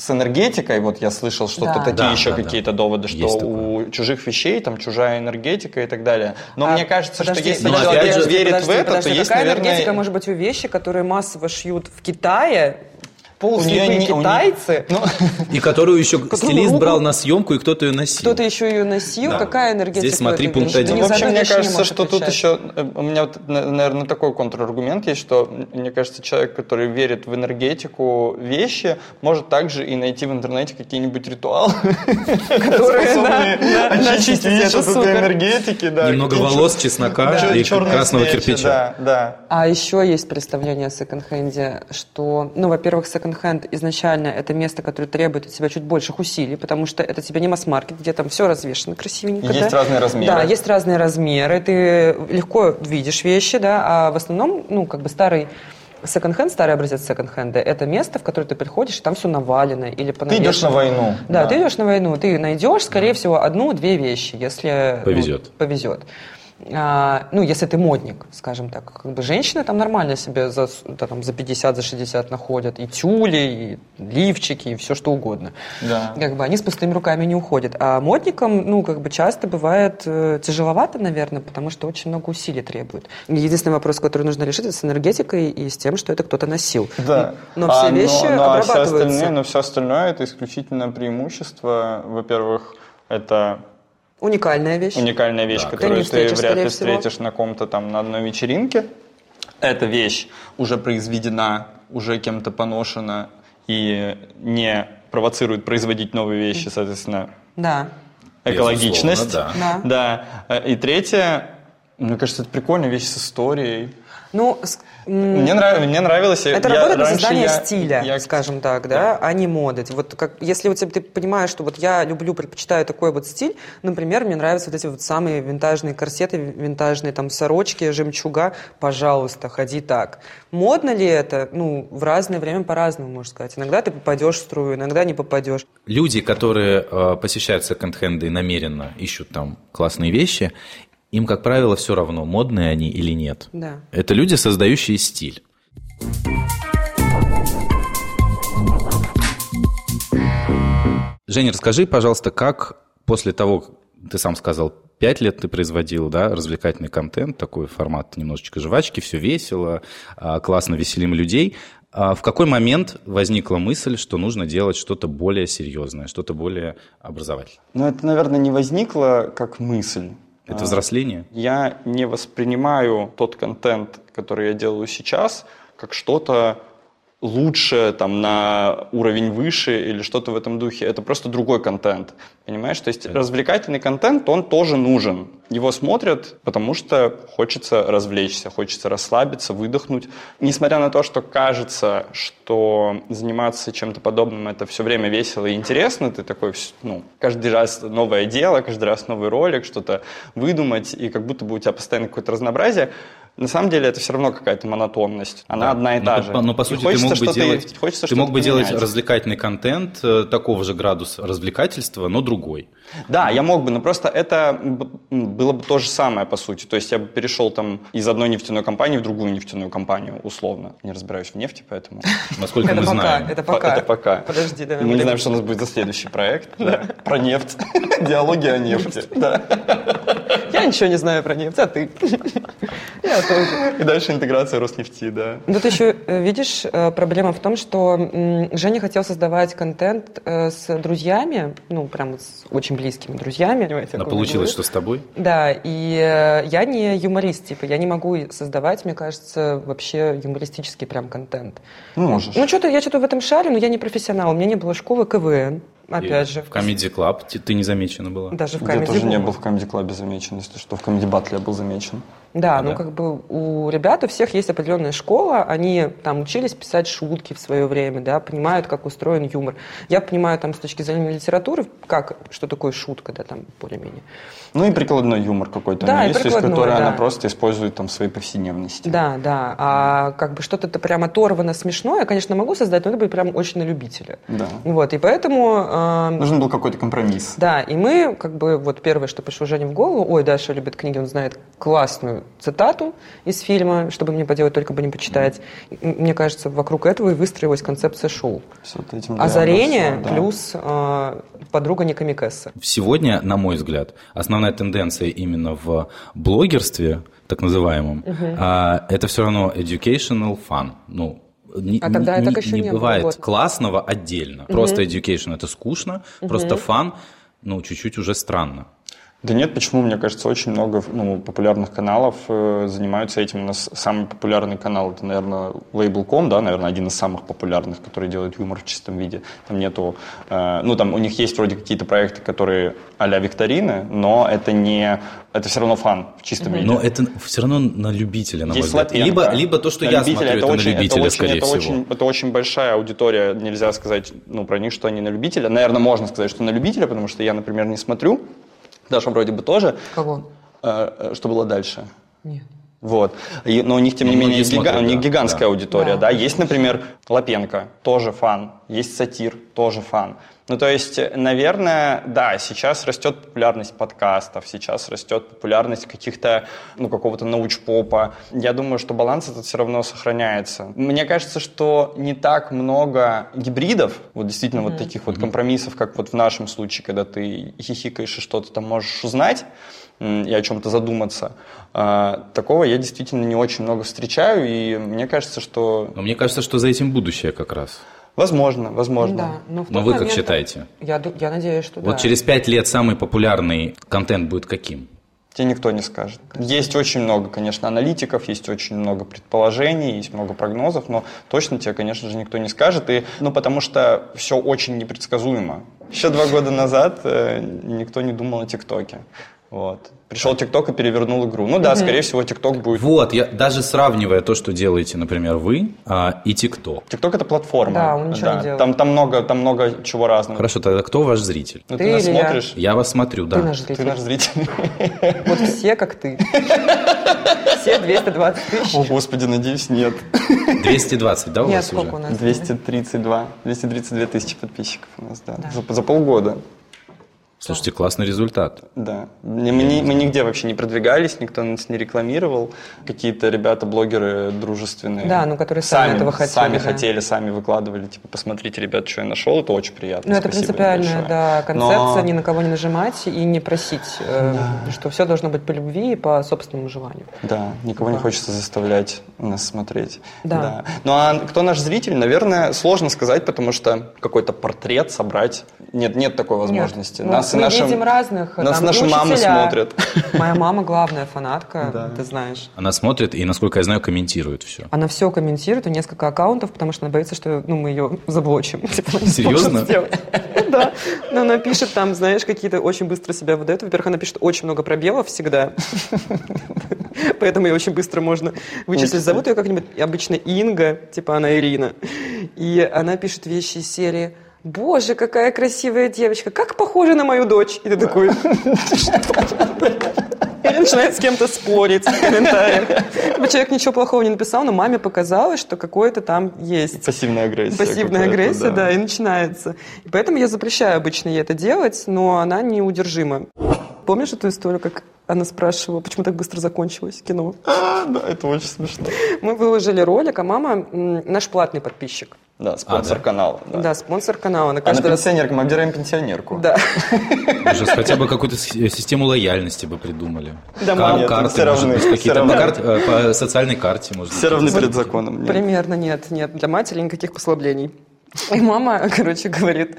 Speaker 1: с энергетикой, вот я слышал что-то
Speaker 3: Да.
Speaker 1: такие
Speaker 4: Да,
Speaker 1: еще
Speaker 4: да, да.
Speaker 1: какие-то доводы, что
Speaker 4: Есть
Speaker 1: у чужих вещей там чужая энергетика и так далее. Но
Speaker 3: А,
Speaker 1: мне кажется,
Speaker 3: подожди,
Speaker 1: что если
Speaker 4: подожди,
Speaker 1: человек
Speaker 4: подожди,
Speaker 1: верит в это,
Speaker 3: подожди,
Speaker 1: то есть,
Speaker 3: какая
Speaker 1: наверное,
Speaker 3: энергетика может быть у вещи, которые массово шьют в Китае,
Speaker 1: неё
Speaker 3: полуслепые
Speaker 1: не- у неё-
Speaker 3: китайцы?
Speaker 1: Ну,
Speaker 4: И которую еще
Speaker 3: Которую
Speaker 4: стилист
Speaker 3: руку-
Speaker 4: брал на съемку, и кто-то ее носил.
Speaker 3: Кто-то еще ее носил?
Speaker 4: Да.
Speaker 3: Какая энергетика?
Speaker 4: Здесь смотри
Speaker 3: у этой
Speaker 4: пункт
Speaker 3: вещи?
Speaker 4: один.
Speaker 3: Ни
Speaker 1: Ну, в
Speaker 3: за
Speaker 1: общем,
Speaker 3: одно
Speaker 1: мне
Speaker 3: вещь не
Speaker 1: кажется,
Speaker 3: можешь
Speaker 1: что тут
Speaker 3: отвечать.
Speaker 1: еще... э, У меня, вот, на- наверное, такой контраргумент есть, что, м, мне кажется, человек, который верит в энергетику вещи, может также и найти в интернете какие-нибудь ритуалы, [LAUGHS]
Speaker 3: Которые,
Speaker 1: способные
Speaker 3: да,
Speaker 1: очистить
Speaker 3: очистить,
Speaker 1: вещи
Speaker 3: это
Speaker 1: от этой
Speaker 3: супер.
Speaker 1: энергетики. да,
Speaker 4: Немного
Speaker 1: какие-то
Speaker 4: волос, чеснока
Speaker 1: чер-
Speaker 4: и
Speaker 1: черные
Speaker 4: красного
Speaker 1: свечи,
Speaker 4: кирпича.
Speaker 1: Да, да.
Speaker 3: А еще есть представление о секонд-хенде, что, ну, во-первых, секонд-хенд изначально это место, которое требует от тебя чуть больших усилий, потому что это тебе не масс-маркет, где там все развешено красивенько.
Speaker 1: Есть
Speaker 3: да?
Speaker 1: разные размеры.
Speaker 3: Да, есть разные размеры, ты легко видишь вещи, да, а в основном, ну, как бы старый секонд-хенд, старый образец секонд-хенда, это место, в которое ты приходишь, и там все навалено или
Speaker 1: Ты идешь на
Speaker 3: понавешено.
Speaker 1: войну.
Speaker 3: Да, ты идешь на войну, ты найдешь, скорее всего, одну-две вещи, если ну,
Speaker 4: Повезет.
Speaker 3: повезет. А, ну, если ты модник, скажем так, как бы женщины там нормально себе за, с- да, там, за 50, за 60 находят и тюли, и лифчики, и все что угодно.
Speaker 1: Да.
Speaker 3: Как бы они с пустыми руками не уходят. А модникам, ну, как бы часто бывает э, тяжеловато, наверное, потому что очень много усилий требует. Единственный вопрос, который нужно решить, это с энергетикой и с тем, что это кто-то носил.
Speaker 1: Да.
Speaker 3: Но все
Speaker 1: А,
Speaker 3: вещи
Speaker 1: но, но, а все
Speaker 3: обрабатываются.
Speaker 1: остальное, но все остальное это исключительно преимущество. Во-первых, это
Speaker 3: Уникальная вещь.
Speaker 1: уникальная вещь,
Speaker 4: Да,
Speaker 1: которую
Speaker 3: ты не
Speaker 1: ты,
Speaker 3: встретишь,
Speaker 1: вряд ли
Speaker 3: скорее всего.
Speaker 1: встретишь на ком-то там на одной вечеринке. Эта вещь уже произведена, уже кем-то поношена и не провоцирует производить новые вещи, соответственно,
Speaker 3: Да.
Speaker 1: экологичность.
Speaker 4: Безусловно,
Speaker 1: да. Э, И третье, Мне кажется, это прикольная вещь с историей.
Speaker 3: Ну, с- м,
Speaker 1: Мне, нрав- мне нравилось. я-
Speaker 3: это
Speaker 1: я
Speaker 3: работает на
Speaker 1: раньше
Speaker 3: создание
Speaker 1: я-
Speaker 3: стиля,
Speaker 1: я-
Speaker 3: скажем так, да, а не моды. Вот как, если у тебя, ты понимаешь, что вот я люблю, предпочитаю такой вот стиль, например, мне нравятся вот эти вот самые винтажные корсеты, винтажные там сорочки, жемчуга, пожалуйста, ходи так. Модно ли это? Ну, в разное время по-разному, можно сказать. Иногда ты попадешь в струю, иногда не попадешь.
Speaker 4: Люди, которые э, посещают секонд-хенды и намеренно ищут там классные вещи, им, как правило, все равно, модные они или нет.
Speaker 3: Да.
Speaker 4: Это люди, создающие стиль. Женя, расскажи, пожалуйста, как после того, как ты сам сказал, пять лет ты производил да, развлекательный контент, такой формат немножечко жвачки, все весело, а, классно веселим людей. А В какой момент возникла мысль, что нужно делать что-то более серьезное, что-то более образовательное?
Speaker 1: Ну, это, наверное, не возникло как мысль.
Speaker 4: Это
Speaker 1: А,
Speaker 4: взросление?
Speaker 1: Я не воспринимаю тот контент, который я делаю сейчас, как что-то лучше, там, на уровень выше или что-то в этом духе. Это просто другой контент, понимаешь? То есть развлекательный контент, он тоже нужен. Его смотрят, потому что хочется развлечься, хочется расслабиться, выдохнуть. Несмотря на то, что кажется, что заниматься чем-то подобным это все время весело и интересно, ты такой, вс- ну, каждый раз новое дело, каждый раз новый ролик, что-то выдумать, и как будто бы у тебя постоянно какое-то разнообразие. На самом деле это все равно какая-то монотонность. Она
Speaker 4: Да.
Speaker 1: одна и
Speaker 4: Ну,
Speaker 1: та
Speaker 4: по-
Speaker 1: же.
Speaker 4: по- Но, по
Speaker 1: И
Speaker 4: сути, ты
Speaker 1: хочется
Speaker 4: мог бы
Speaker 1: что-то-
Speaker 4: делать,
Speaker 1: хочется
Speaker 4: ты мог
Speaker 1: что-то
Speaker 4: бы делать
Speaker 1: поменять.
Speaker 4: развлекательный контент э, такого же градуса развлекательства, но другой.
Speaker 1: Да, я мог бы, но просто это б- м, было бы то же самое, по сути. То есть я бы перешел там из одной нефтяной компании в другую нефтяную компанию, условно. Не разбираюсь в нефти, поэтому...
Speaker 4: Насколько мы
Speaker 3: это пока,
Speaker 4: знаем.
Speaker 3: это
Speaker 1: По-
Speaker 3: пока.
Speaker 1: Это пока.
Speaker 3: Подожди, давай.
Speaker 1: И Мы не
Speaker 3: время.
Speaker 1: знаем, что у нас будет за следующий проект. Да. Про нефть. [LAUGHS] Диалоги о нефти. Да.
Speaker 3: Я ничего не знаю про нефть, а ты? Я тоже.
Speaker 1: И дальше интеграция Роснефти, да.
Speaker 3: Ну, Тут еще, э, видишь, э, проблема в том, что м, Женя хотел создавать контент э, с друзьями, ну, прям вот с очень близкими друзьями. Понимаете, о
Speaker 4: Но
Speaker 3: ком я
Speaker 4: получилось,
Speaker 3: говорю?
Speaker 4: что с тобой?
Speaker 3: Да, и э, я не юморист, типа, я не могу и создавать, мне кажется, вообще юмористический прям контент.
Speaker 1: Ну, можешь.
Speaker 3: Ну, что-то я что-то в этом шарю, но я не профессионал, у меня не было школы КВН, опять
Speaker 4: И
Speaker 3: же.
Speaker 4: В Comedy Club ты, ты не замечена была.
Speaker 3: Даже в
Speaker 1: Я
Speaker 3: камеди
Speaker 1: тоже не
Speaker 3: Вумен.
Speaker 1: был в Comedy Club замечен, если что, в Comedy Battle я был замечен.
Speaker 3: Да,
Speaker 4: Да.
Speaker 3: ну как бы у ребят у всех есть определенная школа, они там учились писать шутки в свое время, да, понимают, как устроен юмор. Я понимаю там с точки зрения литературы, как, что такое шутка, да, там более-менее.
Speaker 1: Ну и прикладной юмор какой-то
Speaker 3: Да,
Speaker 1: у нее
Speaker 3: и
Speaker 1: есть, то есть
Speaker 3: прикладной,
Speaker 1: который
Speaker 3: да.
Speaker 1: она просто использует там в своей повседневности.
Speaker 3: Да, да, а как бы что-то то прям оторвано смешное, я, конечно, могу создать, но это будет прям очень на любителя.
Speaker 1: Да.
Speaker 3: Вот, и поэтому... эм,
Speaker 1: Нужен был какой-то компромисс.
Speaker 3: Да, и мы, как бы, вот первое, что пришло Жене в голову, ой, Даша любит книги, он знает классную цитату из фильма, чтобы мне поделать, только бы не почитать. И, м, Мне кажется, вокруг этого и выстроилась концепция шоу.
Speaker 1: С вот этим
Speaker 3: Озарение
Speaker 1: диагнозом, да.
Speaker 3: плюс э, подруга не камикесса.
Speaker 4: Сегодня, на мой взгляд, основная тенденция именно в блогерстве, так называемом, а, это все равно educational fun. Ну, не,
Speaker 3: А тогда
Speaker 4: не-
Speaker 3: так еще не было,
Speaker 4: бывает
Speaker 3: вот.
Speaker 4: классного отдельно. Просто education это скучно, просто фан, ну, чуть-чуть уже странно.
Speaker 1: Да нет, почему? Мне кажется, очень много ну, популярных каналов э, занимаются этим. У нас самый популярный канал, это, наверное, Label.com, да, наверное, один из самых популярных, который делает юмор в чистом виде. Там нету... э, ну, там у них есть вроде какие-то проекты, которые а-ля викторины, но это не... Это все равно фан в чистом виде.
Speaker 4: Но Ну, это все равно на любителя, на мой
Speaker 1: Есть
Speaker 4: взгляд.
Speaker 1: лапенко.
Speaker 4: Либо, либо то, что
Speaker 1: На
Speaker 4: я
Speaker 1: любителя
Speaker 4: смотрю, это,
Speaker 1: очень-
Speaker 4: на любителя,
Speaker 1: очень-
Speaker 4: скорее
Speaker 1: это
Speaker 4: всего.
Speaker 1: Очень, это очень большая аудитория, нельзя сказать ну, про них, что они на любителя. Наверное, можно сказать, что на любителя, потому что я, например, не смотрю. Даша вроде бы тоже.
Speaker 3: Кого?
Speaker 1: Э, э, Что было дальше?
Speaker 3: Нет.
Speaker 1: Вот. И- но у них, тем
Speaker 4: Ну,
Speaker 1: не
Speaker 4: многие
Speaker 1: менее, гига-
Speaker 4: смотрят,
Speaker 1: у них
Speaker 4: да,
Speaker 1: гигантская
Speaker 4: да.
Speaker 1: аудитория. Да.
Speaker 3: Да.
Speaker 1: Есть, например, Лапенко, тоже фан. Есть Сатир, тоже фан. Ну, то есть, э, наверное, да, сейчас растет популярность подкастов, сейчас растет популярность каких-то, ну, какого-то научпопа. Я думаю, что баланс этот все равно сохраняется. Мне кажется, что не так много гибридов, вот действительно вот таких вот компромиссов, как вот в нашем случае, когда ты хихикаешь и что-то там можешь узнать, м, и о чем-то задуматься. А, Такого я действительно не очень много встречаю, и мне кажется, что
Speaker 4: Но мне кажется, что за этим будущее как раз.
Speaker 1: возможно, возможно.
Speaker 3: Да,
Speaker 4: Но
Speaker 3: но в тот
Speaker 4: Ну вы как
Speaker 3: момент-
Speaker 4: считаете?
Speaker 3: Я, ду- я надеюсь, что
Speaker 4: Вот
Speaker 3: да.
Speaker 4: через пять лет самый популярный контент будет каким?
Speaker 1: Тебе никто не скажет. Есть очень много, конечно, аналитиков, есть очень много предположений, есть много прогнозов, но точно тебе, конечно же, никто не скажет. И, ну, потому что все очень непредсказуемо. Еще два года назад э, никто не думал о ТикТоке. Вот. Пришел ТикТок и перевернул игру. Ну да, скорее всего, ТикТок будет.
Speaker 4: Вот, я даже сравнивая то, что делаете, например, вы а, и ТикТок.
Speaker 1: ТикТок это платформа.
Speaker 3: Да, он ничего не делает.
Speaker 1: Там, там, много, там много чего разного.
Speaker 4: Хорошо, тогда кто ваш зритель?
Speaker 1: Ну,
Speaker 3: Ты
Speaker 1: ты, нас
Speaker 3: или я?
Speaker 1: смотришь,
Speaker 4: Я вас смотрю, да.
Speaker 3: Ты наш
Speaker 1: ты
Speaker 3: зритель.
Speaker 1: наш
Speaker 3: [LAUGHS]
Speaker 1: зритель.
Speaker 3: Вот все
Speaker 4: [LAUGHS]
Speaker 3: как ты. Все 220
Speaker 1: О,
Speaker 3: тысяч.
Speaker 1: господи, надеюсь, нет.
Speaker 4: 220, да, у
Speaker 3: Нет,
Speaker 4: вас
Speaker 3: сколько у
Speaker 4: уже?
Speaker 3: нас?
Speaker 1: 232. 232 тысячи подписчиков у нас, да.
Speaker 3: Да.
Speaker 1: За, за полгода.
Speaker 4: Слушайте, классный результат.
Speaker 1: Да. Не- Мы, не- мы нигде вообще не продвигались, никто нас не рекламировал. Какие-то ребята, блогеры дружественные.
Speaker 3: Да, ну, которые сами этого хотели,
Speaker 1: Сами
Speaker 3: да.
Speaker 1: хотели, сами выкладывали. Типа, посмотрите, ребят, что я нашел. Это очень приятно.
Speaker 3: Ну, это
Speaker 1: спасибо им
Speaker 3: принципиальная,
Speaker 1: большое.
Speaker 3: да,
Speaker 1: Но-
Speaker 3: концепция, ни на кого не нажимать и не просить, э, что все должно быть по любви и по собственному желанию.
Speaker 1: Да, никого не
Speaker 3: Да.
Speaker 1: хочется заставлять нас смотреть.
Speaker 3: Да.
Speaker 1: Ну а кто наш зритель, наверное, сложно сказать, потому что какой-то портрет собрать нет, нет такой возможности.
Speaker 3: Нет, Ну, мы
Speaker 1: наши-
Speaker 3: видим разных. э,
Speaker 1: Нас
Speaker 3: там,
Speaker 1: наши
Speaker 3: и
Speaker 1: мамы
Speaker 3: учителя. [LAUGHS]
Speaker 1: смотрят.
Speaker 3: Моя мама главная фанатка,
Speaker 1: [LAUGHS] Да.
Speaker 3: ты знаешь.
Speaker 4: Она смотрит и, насколько я знаю, комментирует все.
Speaker 3: Она все комментирует, у нее несколько аккаунтов, потому что она боится, что ну, мы ее заблочим. [LAUGHS] Типа, она не
Speaker 4: Серьезно?
Speaker 3: сможет сделать. [LAUGHS] Да. Но она пишет там, знаешь, какие-то очень быстро себя выдает. Во-первых, она пишет очень много пробелов всегда. [LAUGHS] Поэтому ее очень быстро можно вычислить. Зовут ее как-нибудь обычно Инга, типа она Ирина. И она пишет вещи из серии Боже, какая красивая девочка, как похожа на мою дочь. И ты такой, или начинает с кем-то спорить в комментариях. Типа, Человек ничего плохого не написал, но маме показалось, что какое-то там есть.
Speaker 1: Пассивная агрессия.
Speaker 3: Пассивная
Speaker 1: какая-то,
Speaker 3: агрессия, да. и начинается. И поэтому я запрещаю обычно ей это делать, но она неудержима. Помнишь эту историю, как она спрашивала, почему так быстро закончилось кино?
Speaker 1: А, да, это очень смешно.
Speaker 3: Мы выложили ролик, а мама м, наш платный подписчик.
Speaker 1: Да, спонсор
Speaker 4: да.
Speaker 1: канала.
Speaker 3: А, Да,
Speaker 1: Да.
Speaker 3: спонсор канала. Она
Speaker 1: Она
Speaker 3: каждый раз...
Speaker 1: пенсионерка, А мы обдираем пенсионерку.
Speaker 3: Да.
Speaker 4: Уже хотя бы какую-то си- э, систему лояльности бы придумали.
Speaker 3: Да,
Speaker 4: Кар-
Speaker 1: мам.
Speaker 4: карты,
Speaker 1: Все
Speaker 4: может
Speaker 1: равны,
Speaker 4: быть,
Speaker 1: все
Speaker 4: какие-то.
Speaker 1: равны.
Speaker 4: По, карт- э, по социальной карте, может быть.
Speaker 1: Все равны перед законом. нет.
Speaker 3: Примерно нет, нет. Для матери никаких послаблений. И мама, [LAUGHS] короче, говорит,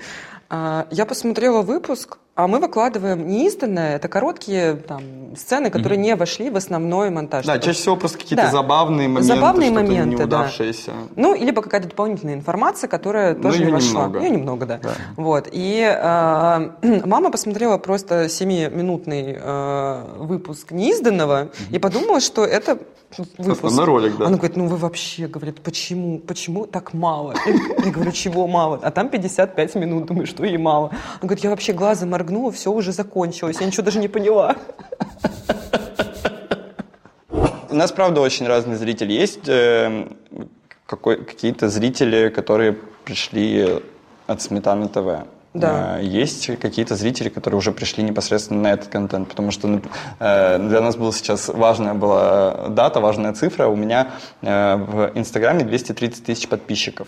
Speaker 3: «А, я посмотрела выпуск, а мы выкладываем неизданное, это короткие там, сцены, которые не вошли в основной монтаж.
Speaker 1: Да,
Speaker 3: Потому
Speaker 1: чаще всего просто какие-то
Speaker 3: Да.
Speaker 1: забавные моменты,
Speaker 3: Забавные
Speaker 1: что-то
Speaker 3: моменты, да.
Speaker 1: неудавшееся.
Speaker 3: Ну, или по какая-то дополнительная информация, которая
Speaker 1: Ну,
Speaker 3: тоже
Speaker 1: её
Speaker 3: не вошла.
Speaker 1: немного.
Speaker 3: Её немного, да.
Speaker 1: Да.
Speaker 3: Вот. И э, [CLEARS THROAT] мама посмотрела просто 7-минутный э, выпуск неизданного и подумала, что это выпуск.
Speaker 1: Основной ролик, да.
Speaker 3: Она говорит, ну вы вообще, говорит, почему, почему так мало? Я говорю, чего мало? А там 55 минут, думаю, что ей мало. Она говорит, я вообще глазом моргнула, все уже закончилось, я ничего даже не поняла.
Speaker 1: У нас, правда, очень разные зрители. Есть э, какой- какие-то зрители, которые пришли от Сметаны ТВ.
Speaker 3: Да.
Speaker 1: А, Есть какие-то зрители, которые уже пришли непосредственно на этот контент, потому что нап- э, для нас была сейчас важная была дата, важная цифра. У меня э, в Инстаграме 230 тысяч подписчиков,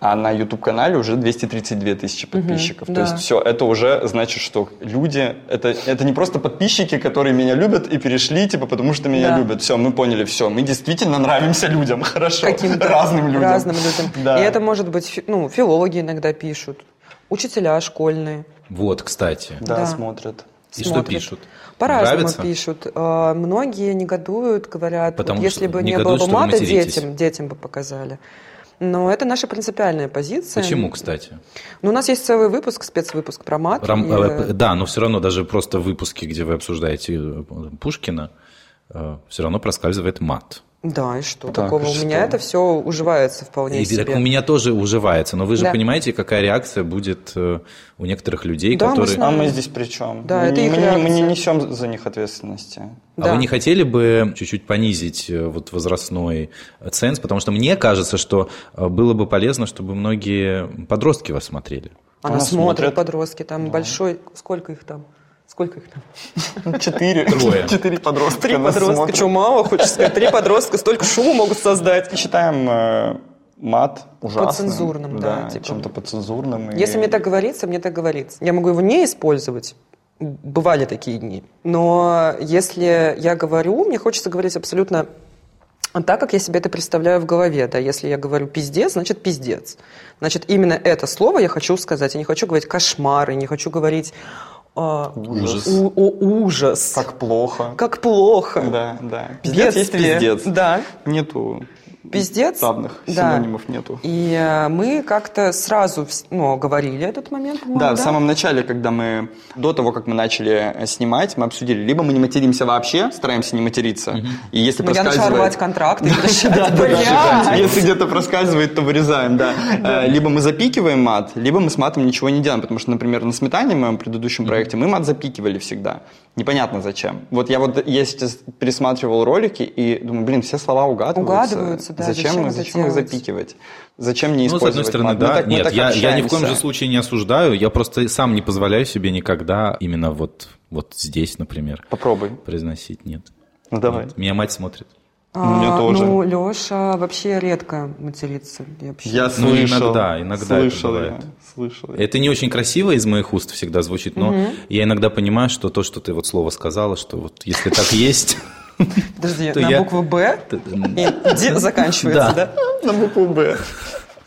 Speaker 1: а на YouTube-канале уже 232 тысячи подписчиков. То
Speaker 3: да.
Speaker 1: есть все, это уже значит, что люди, это, это не просто подписчики, которые меня любят и перешли, типа, потому что меня
Speaker 3: Да.
Speaker 1: любят. Все, мы поняли, все, мы действительно нравимся людям, [LAUGHS] хорошо,
Speaker 3: Каким-то
Speaker 1: разным людям.
Speaker 3: Разным людям.
Speaker 1: Да.
Speaker 3: И это может быть, фи- ну, филологи иногда пишут, учителя школьные.
Speaker 4: Вот, кстати.
Speaker 1: Да,
Speaker 3: Да.
Speaker 1: смотрят.
Speaker 4: И что
Speaker 3: смотрят.
Speaker 4: пишут?
Speaker 3: По-разному
Speaker 4: Нравится?
Speaker 3: пишут. Э, Многие негодуют, говорят,
Speaker 4: Потому
Speaker 3: вот если
Speaker 4: что
Speaker 3: бы не было
Speaker 4: негодуют,
Speaker 3: бы
Speaker 4: что вы
Speaker 3: мата,
Speaker 4: материтесь.
Speaker 3: детям, детям бы показали. Но это наша принципиальная позиция.
Speaker 4: Почему, кстати?
Speaker 3: Ну, у нас есть целый выпуск, спецвыпуск про мат.
Speaker 4: Рам-
Speaker 3: и,
Speaker 4: э,
Speaker 3: э,
Speaker 4: п- Да, но все равно даже просто в выпуске, где вы обсуждаете э, Пушкина, все равно проскальзывает мат.
Speaker 3: Да, и что
Speaker 1: Так,
Speaker 3: такого?
Speaker 1: и
Speaker 3: У
Speaker 1: что?
Speaker 3: меня это все уживается вполне
Speaker 4: И
Speaker 3: себе.
Speaker 4: так у меня тоже уживается, но вы же
Speaker 3: Да.
Speaker 4: понимаете, какая реакция будет э, у некоторых людей,
Speaker 3: Да, мы
Speaker 4: которые...
Speaker 3: знаем.
Speaker 1: А мы здесь при чем?
Speaker 3: Да,
Speaker 1: мы,
Speaker 3: это
Speaker 1: не-
Speaker 3: их
Speaker 1: мы не- мы не
Speaker 3: реакция.
Speaker 1: несем за них ответственности.
Speaker 4: А
Speaker 3: Да.
Speaker 4: вы не хотели бы чуть-чуть понизить э, вот возрастной э, ценз? Потому что мне кажется, что э, было бы полезно, чтобы многие подростки вас смотрели.
Speaker 3: Она
Speaker 1: Она
Speaker 3: смотрит,
Speaker 1: смотрит.
Speaker 3: подростки, там большой... Сколько их там? Сколько их там?
Speaker 1: Ну, Четыре. [LAUGHS]
Speaker 4: Трое.
Speaker 1: Четыре подростка.
Speaker 3: Три
Speaker 1: нас
Speaker 3: подростка,
Speaker 1: смотрят.
Speaker 3: что мало, хочешь сказать? Три подростка столько шума могут создать.
Speaker 1: Считаем э, мат ужасным.
Speaker 3: Подцензурным, да, типа.
Speaker 1: чем-то подцензурным. и-
Speaker 3: Если мне так говорится, мне так говорится. Я могу его не использовать. Бывали такие дни. Но если я говорю, мне хочется говорить абсолютно так, как я себе это представляю в голове. Да, если я говорю пиздец, значит пиздец. Значит, именно это слово я хочу сказать. Я не хочу говорить кошмары, не хочу говорить а,
Speaker 1: Ужас.
Speaker 3: у- о, ужас. Как,
Speaker 1: Как плохо.
Speaker 3: плохо.
Speaker 1: Да, да. Пиздец есть
Speaker 3: Бедствие.
Speaker 1: пиздец.
Speaker 3: Да.
Speaker 1: Нету
Speaker 3: пиздец.
Speaker 1: Табных
Speaker 3: Да.
Speaker 1: синонимов нету.
Speaker 3: И э, мы как-то сразу вс- ну, оговорили этот момент. по-моему,
Speaker 1: Да, в самом начале, когда мы, до того, как мы начали э, снимать, мы обсудили, либо мы не материмся вообще, стараемся не материться, и если
Speaker 3: Ну, я начала
Speaker 1: проскальзывает...
Speaker 3: рвать контракты.
Speaker 1: Типа [LAUGHS] Да, да, да.
Speaker 3: Блядь!
Speaker 1: Если где-то проскальзывает, то вырезаем, да. Э, Либо мы запикиваем мат, либо мы с матом ничего не делаем, потому что, например, на сметане, в моем предыдущем проекте, мы мат запикивали всегда. Непонятно зачем. Вот я вот, я сейчас пересматривал ролики и думаю, блин, все слова угадываются.
Speaker 3: Угадываются, да, зачем
Speaker 1: Зачем, их-
Speaker 3: это
Speaker 1: зачем их
Speaker 3: делать?
Speaker 1: запикивать? Зачем не
Speaker 4: Ну, с
Speaker 1: использовать
Speaker 4: одной стороны,
Speaker 1: мат? Мы
Speaker 4: да.
Speaker 1: так- мы
Speaker 4: Нет,
Speaker 1: так
Speaker 4: я, я ни в коем же
Speaker 1: общаемся.
Speaker 4: случае не осуждаю. Я просто сам не позволяю себе никогда именно вот, вот здесь, например,
Speaker 1: Попробуй.
Speaker 4: произносить. Нет.
Speaker 1: Ну, давай.
Speaker 4: Нет. Меня мать смотрит.
Speaker 1: У меня
Speaker 3: А,
Speaker 1: тоже.
Speaker 3: Ну, Леша вообще редко матерится. Я вообще-
Speaker 1: Я
Speaker 4: Ну,
Speaker 1: слышал.
Speaker 4: иногда, иногда это
Speaker 1: слышал я,
Speaker 4: бывает.
Speaker 1: слышал. я.
Speaker 4: Это не очень красиво из моих уст всегда звучит, но я иногда понимаю, что то, что ты вот слово сказала, что вот если так есть... [LAUGHS]
Speaker 3: Подожди,
Speaker 4: то
Speaker 3: на
Speaker 4: я-
Speaker 3: букву «Б»
Speaker 4: то-
Speaker 3: и
Speaker 1: [LAUGHS]
Speaker 3: «Д» заканчивается, да?
Speaker 1: На букву «Б».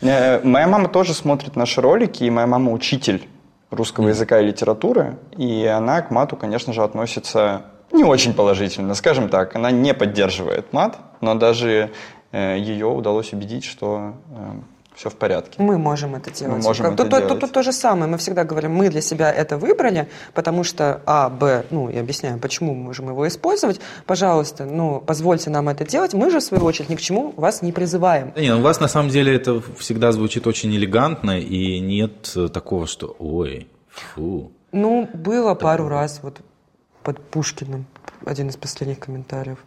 Speaker 1: Э, Моя мама тоже смотрит наши ролики, и моя мама учитель русского языка и литературы, и она к мату, конечно же, относится не очень положительно, скажем так. Она не поддерживает мат, но даже э, ее удалось убедить, что все в порядке.
Speaker 3: Мы можем это делать.
Speaker 1: можем
Speaker 3: Как-
Speaker 1: это
Speaker 3: тут, тут-
Speaker 1: делать.
Speaker 3: тут то же самое. Мы всегда говорим, мы для себя это выбрали, потому что А, Б, ну, и объясняем, почему мы можем его использовать. Пожалуйста, ну, позвольте нам это делать. Мы же, в свою очередь, ни к чему вас не призываем.
Speaker 4: Да не, у вас на самом деле это всегда звучит очень элегантно, и нет э, такого, что ой, фу.
Speaker 3: Ну, было пару раз вот под Пушкиным один из последних комментариев.